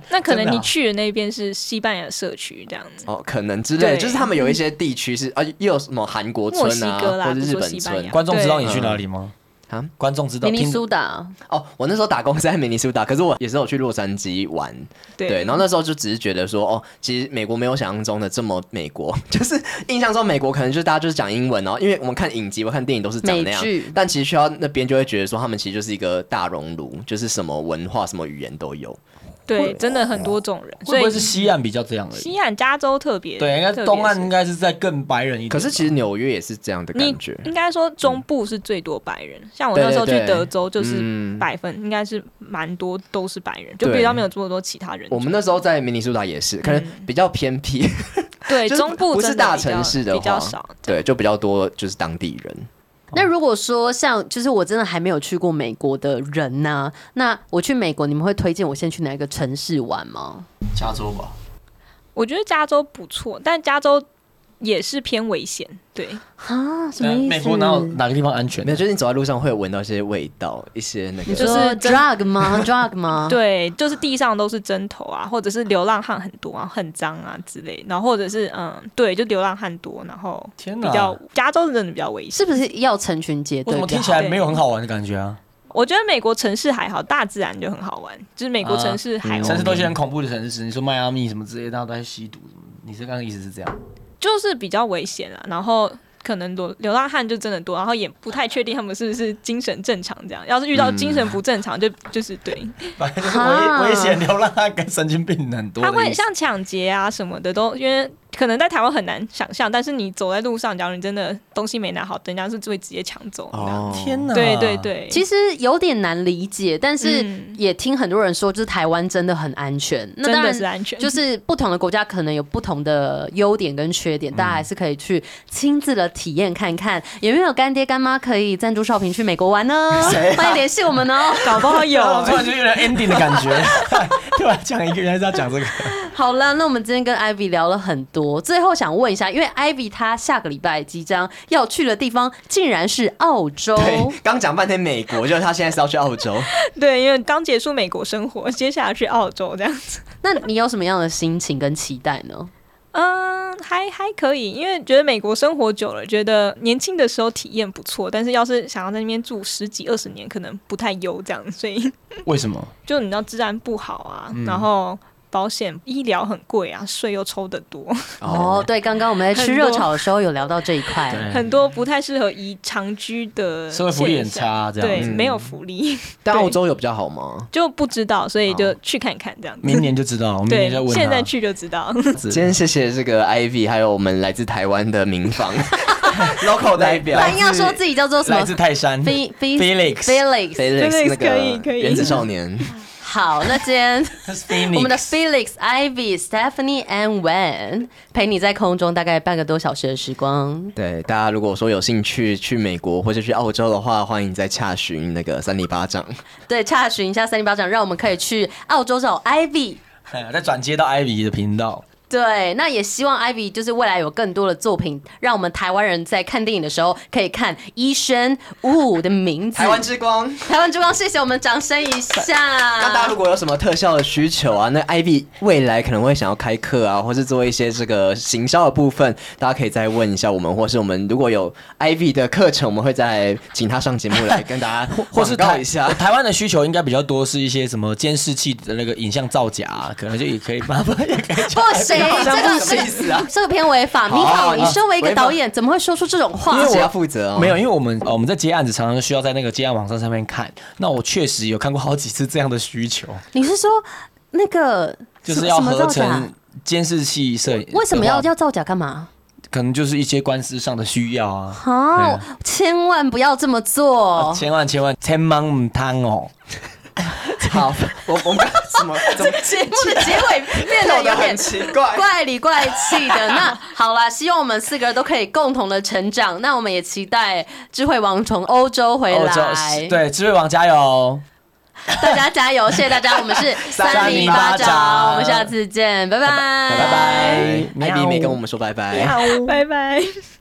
[SPEAKER 5] 那可
[SPEAKER 6] 真
[SPEAKER 5] 能
[SPEAKER 6] 的啊
[SPEAKER 5] 你去的那边是西班牙社区这样子。
[SPEAKER 3] 哦，可能之类的，
[SPEAKER 5] 对
[SPEAKER 3] 就是他们有一些地区 是啊，又有什么韩国村
[SPEAKER 5] 墨西
[SPEAKER 3] 啊，
[SPEAKER 5] 哥啦
[SPEAKER 3] 或者日
[SPEAKER 5] 不是
[SPEAKER 3] 本
[SPEAKER 5] 西班
[SPEAKER 3] 村
[SPEAKER 5] 牙。
[SPEAKER 6] 观众知道
[SPEAKER 5] 对
[SPEAKER 6] 你去哪里吗？
[SPEAKER 3] 啊
[SPEAKER 6] 观众知道
[SPEAKER 4] 明尼
[SPEAKER 6] 听
[SPEAKER 4] 苏达，
[SPEAKER 3] 哦，我那时候打工是在明尼苏达，可是我也是有去洛杉矶玩，
[SPEAKER 5] 对，
[SPEAKER 3] 对，然后那时候就只是觉得说，哦，其实美国没有想象中的这么美国， 就是印象中美国可能就是大家就是讲英文，然后因为我们看影集、我看电影都是长那样
[SPEAKER 4] 美剧，
[SPEAKER 3] 但其实去到那边就会觉得说，他们其实就是一个大熔炉，就是什么文化、什么语言都有。
[SPEAKER 5] 对，真
[SPEAKER 3] 哦
[SPEAKER 5] 的很多
[SPEAKER 3] 啊
[SPEAKER 5] 种人，所
[SPEAKER 6] 会不会
[SPEAKER 5] 以
[SPEAKER 6] 是西岸比较这样而已？
[SPEAKER 5] 西岸加州特别
[SPEAKER 6] 对，应该
[SPEAKER 5] 特别
[SPEAKER 6] 东岸
[SPEAKER 5] 是
[SPEAKER 6] 应该是在更白人一点吧。
[SPEAKER 3] 可是其实纽约也是这样的
[SPEAKER 5] 你
[SPEAKER 3] 感觉，嗯
[SPEAKER 5] 应该说中部是最多白人，像我
[SPEAKER 3] 对
[SPEAKER 5] 那时候去
[SPEAKER 3] 对对
[SPEAKER 5] 德州就是
[SPEAKER 3] 嗯
[SPEAKER 5] 百分，应该是蛮多都是白人，就
[SPEAKER 3] 对
[SPEAKER 5] 比较没有这么多其他人种。
[SPEAKER 3] 我们那时候在明尼苏达也是，可能比较偏僻，
[SPEAKER 5] 对
[SPEAKER 3] 就是
[SPEAKER 5] 中部
[SPEAKER 3] 不是
[SPEAKER 5] 真的
[SPEAKER 3] 大
[SPEAKER 5] 比较
[SPEAKER 3] 城市的话
[SPEAKER 5] 比较少，
[SPEAKER 3] 对，就比较多就是当地人。
[SPEAKER 4] 那如果说像就是我真的还没有去过美国的人呐、那我去美国，你们会推荐我先去哪一个城市玩吗？
[SPEAKER 6] 加州吧，
[SPEAKER 5] 我觉得加州不错，但加州也是偏危险。对，
[SPEAKER 4] 啊，什么
[SPEAKER 6] 呃
[SPEAKER 4] 意思？
[SPEAKER 6] 美国哪有哪个地方安全
[SPEAKER 3] 没？有，就是你走在路上会闻到一些味道，一些那
[SPEAKER 4] 你
[SPEAKER 3] 个
[SPEAKER 5] 就
[SPEAKER 4] 说
[SPEAKER 5] 是真
[SPEAKER 4] drug 吗？drug
[SPEAKER 3] 啊
[SPEAKER 4] 吗？，
[SPEAKER 5] 对，就是地上都是针头啊，或者是流浪汉很多啊，很脏啊之类，然后或者是嗯，对，就流浪汉多，然后
[SPEAKER 6] 天
[SPEAKER 5] 比
[SPEAKER 6] 哪，
[SPEAKER 5] 较加州真的比较危险。
[SPEAKER 4] 是不是要成群结
[SPEAKER 6] 我
[SPEAKER 4] 队
[SPEAKER 6] 怎
[SPEAKER 4] 就好？
[SPEAKER 6] 么听起来没有很好玩的感觉啊？
[SPEAKER 5] 我觉得美国城市还好，大自然就很好玩，就是美国城市还 OK，、
[SPEAKER 6] 啊嗯城市都一些很恐怖的城市，你说迈阿密什么之类，大家都在吸毒什么，你是刚刚意思是这样？
[SPEAKER 5] 就是比较危险啊，然后。可能流流浪汉就真的多，然后也不太确定他们是不是精神正常这样。要是遇到精神不正常，就就是对，
[SPEAKER 6] 反正就是
[SPEAKER 4] 哈
[SPEAKER 6] 危危险流浪汉跟神经病很多
[SPEAKER 5] 他
[SPEAKER 6] 的意思。
[SPEAKER 5] 会啊像抢劫啊什么的都，因为可能在台湾很难想象，但是你走在路上，假如你真的东西没拿好，人家是会直接抢走的。
[SPEAKER 3] 哦，
[SPEAKER 6] 天哪，
[SPEAKER 5] 对对，对，
[SPEAKER 4] 啊其实有点难理解，但是
[SPEAKER 5] 嗯
[SPEAKER 4] 也听很多人说，就是台湾真的很安全。那
[SPEAKER 5] 真
[SPEAKER 4] 当
[SPEAKER 5] 的是
[SPEAKER 4] 然，
[SPEAKER 5] 安全，
[SPEAKER 4] 就是不同的国家可能有不同的优点跟缺 点，大家还是可以去亲自的体验看看。有没有干爹干妈可以赞助少平去美国玩呢？欢迎联系我们哦，搞不好
[SPEAKER 6] 有突然就有点 ending 的感觉，突然讲一个，原来是要讲这个。
[SPEAKER 4] 好了，那我们今天跟 Ivy 聊了很多，最后想问一下，因为 Ivy 她下个礼拜即将要去的地方竟然是澳洲，
[SPEAKER 3] 对，刚讲半天美国，就是他现在是要去澳洲。
[SPEAKER 5] 对，因为刚结束美国生活，接下来去澳洲这样子。
[SPEAKER 4] 那你有什么样的心情跟期待呢？
[SPEAKER 5] 嗯，还还可以，因为觉得美国生活久了，觉得年轻的时候体验不错，但是要是想要在那边住十几二十年，可能不太优这样，所以
[SPEAKER 6] 为什么？
[SPEAKER 5] 就你知道治安不好啊，
[SPEAKER 6] 嗯
[SPEAKER 5] 然后保险、医疗很贵啊，税又抽得多，
[SPEAKER 4] 哦，对，刚刚我们在吃
[SPEAKER 5] 很多
[SPEAKER 4] 热炒的时候有聊到这一块，
[SPEAKER 6] 对
[SPEAKER 5] 很多不太适合宜长居的
[SPEAKER 6] 哎 社会福利很
[SPEAKER 5] 现象。
[SPEAKER 6] 差，这样嗯
[SPEAKER 5] 对，
[SPEAKER 6] 子。
[SPEAKER 5] 没有福利
[SPEAKER 3] 但
[SPEAKER 5] 对
[SPEAKER 3] 澳洲有比较好吗？
[SPEAKER 5] 就不知道，所以就去看看这样子。
[SPEAKER 6] 明年就知道，我明
[SPEAKER 5] 对
[SPEAKER 6] 年再，问他。
[SPEAKER 5] 现在去就知道。
[SPEAKER 6] 是
[SPEAKER 3] 今天谢谢这个 Ivy，还有我们来自台湾的民 房 local 代表
[SPEAKER 4] 他硬要说自己叫做什
[SPEAKER 6] 来
[SPEAKER 4] 么
[SPEAKER 6] 自泰山
[SPEAKER 4] Fe- Fe-
[SPEAKER 6] Felix
[SPEAKER 4] Felix。
[SPEAKER 3] Felix 那
[SPEAKER 5] Felix 可以
[SPEAKER 3] 个
[SPEAKER 5] 可以
[SPEAKER 3] 原子少 年，
[SPEAKER 4] 好，那今天
[SPEAKER 6] Phoenix
[SPEAKER 4] 我们的 Felix、Ivy、Stephanie and Wen 陪你在空中大概半个多小时的时光。
[SPEAKER 3] 对大家如果说有兴趣去美国或者去澳洲的话，欢迎再洽询那个三里巴 掌。
[SPEAKER 4] 对，查询一下三零八掌，让我们可以去澳洲找 Ivy。
[SPEAKER 6] 哎再转接到 Ivy 的频道。
[SPEAKER 4] 对，那也希望 Ivy 就是未来有更多的作品，让我们台湾人在看电影的时候可以看医生雾的名字。
[SPEAKER 3] 台湾之 光。
[SPEAKER 5] 啊
[SPEAKER 4] 台湾之光，谢谢我们掌声一
[SPEAKER 3] 那大家
[SPEAKER 4] 下
[SPEAKER 3] 如。果有什么特效的需求啊，那 Ivy 未来可能会想要开课啊，或是做一些这个行销的部分，大家可以再问一下我们，或是我们如果有 Ivy 的课程，我们会再请他上节目来跟大家
[SPEAKER 6] 或是
[SPEAKER 3] 广告
[SPEAKER 6] 台
[SPEAKER 3] 一下。
[SPEAKER 6] 台湾的需求应该比较多是一些什么监视器的那个影像造假、啊，可能就也可以麻烦也可 以
[SPEAKER 4] 不行，
[SPEAKER 3] 好
[SPEAKER 4] 这
[SPEAKER 3] 像
[SPEAKER 4] 个
[SPEAKER 3] 不好意思啊
[SPEAKER 4] 这个这个偏违法。米
[SPEAKER 3] 好
[SPEAKER 4] 考，
[SPEAKER 3] 好
[SPEAKER 4] 你身为一个
[SPEAKER 3] 违法
[SPEAKER 4] 导演，怎么会说出这种话
[SPEAKER 6] 因为？
[SPEAKER 3] 谁
[SPEAKER 6] 我
[SPEAKER 3] 要负责哦？
[SPEAKER 6] 没有，因为我们呃我们在接案子常常需要在那个接案网站上面看，那我确实有看过好几次这样的需求，
[SPEAKER 4] 你是说那个
[SPEAKER 6] 就是要
[SPEAKER 4] 什么
[SPEAKER 6] 合
[SPEAKER 4] 造假啊
[SPEAKER 6] 成？监视器摄影的话，
[SPEAKER 4] 为什么要要造假干嘛？
[SPEAKER 6] 可能就是一些官司上的需要啊。
[SPEAKER 4] 哦
[SPEAKER 6] 对，啊
[SPEAKER 4] 千万不要这么做。
[SPEAKER 6] 千万千万千万唔贪哦！
[SPEAKER 3] 好，我我们刚什么 怎么
[SPEAKER 4] 节目的结尾变得
[SPEAKER 3] 跳
[SPEAKER 4] 有
[SPEAKER 3] 的很
[SPEAKER 4] 点
[SPEAKER 3] 奇怪？
[SPEAKER 4] 怪里怪气的。那好啦，希望我们四个人都可以共同的成长。那我们也期待智慧王从欧洲回
[SPEAKER 6] 欧洲
[SPEAKER 4] 来，
[SPEAKER 6] 对智慧王加油！哦
[SPEAKER 4] 大家加油，谢谢大家。我们 是
[SPEAKER 3] 三
[SPEAKER 6] 零
[SPEAKER 4] 巴
[SPEAKER 6] 八
[SPEAKER 4] 掌，
[SPEAKER 6] 掌
[SPEAKER 4] 我们下次见，拜拜，
[SPEAKER 3] 拜拜
[SPEAKER 6] 喵
[SPEAKER 3] ，Ivy 没跟我们说拜拜。
[SPEAKER 6] 喵
[SPEAKER 5] 拜拜。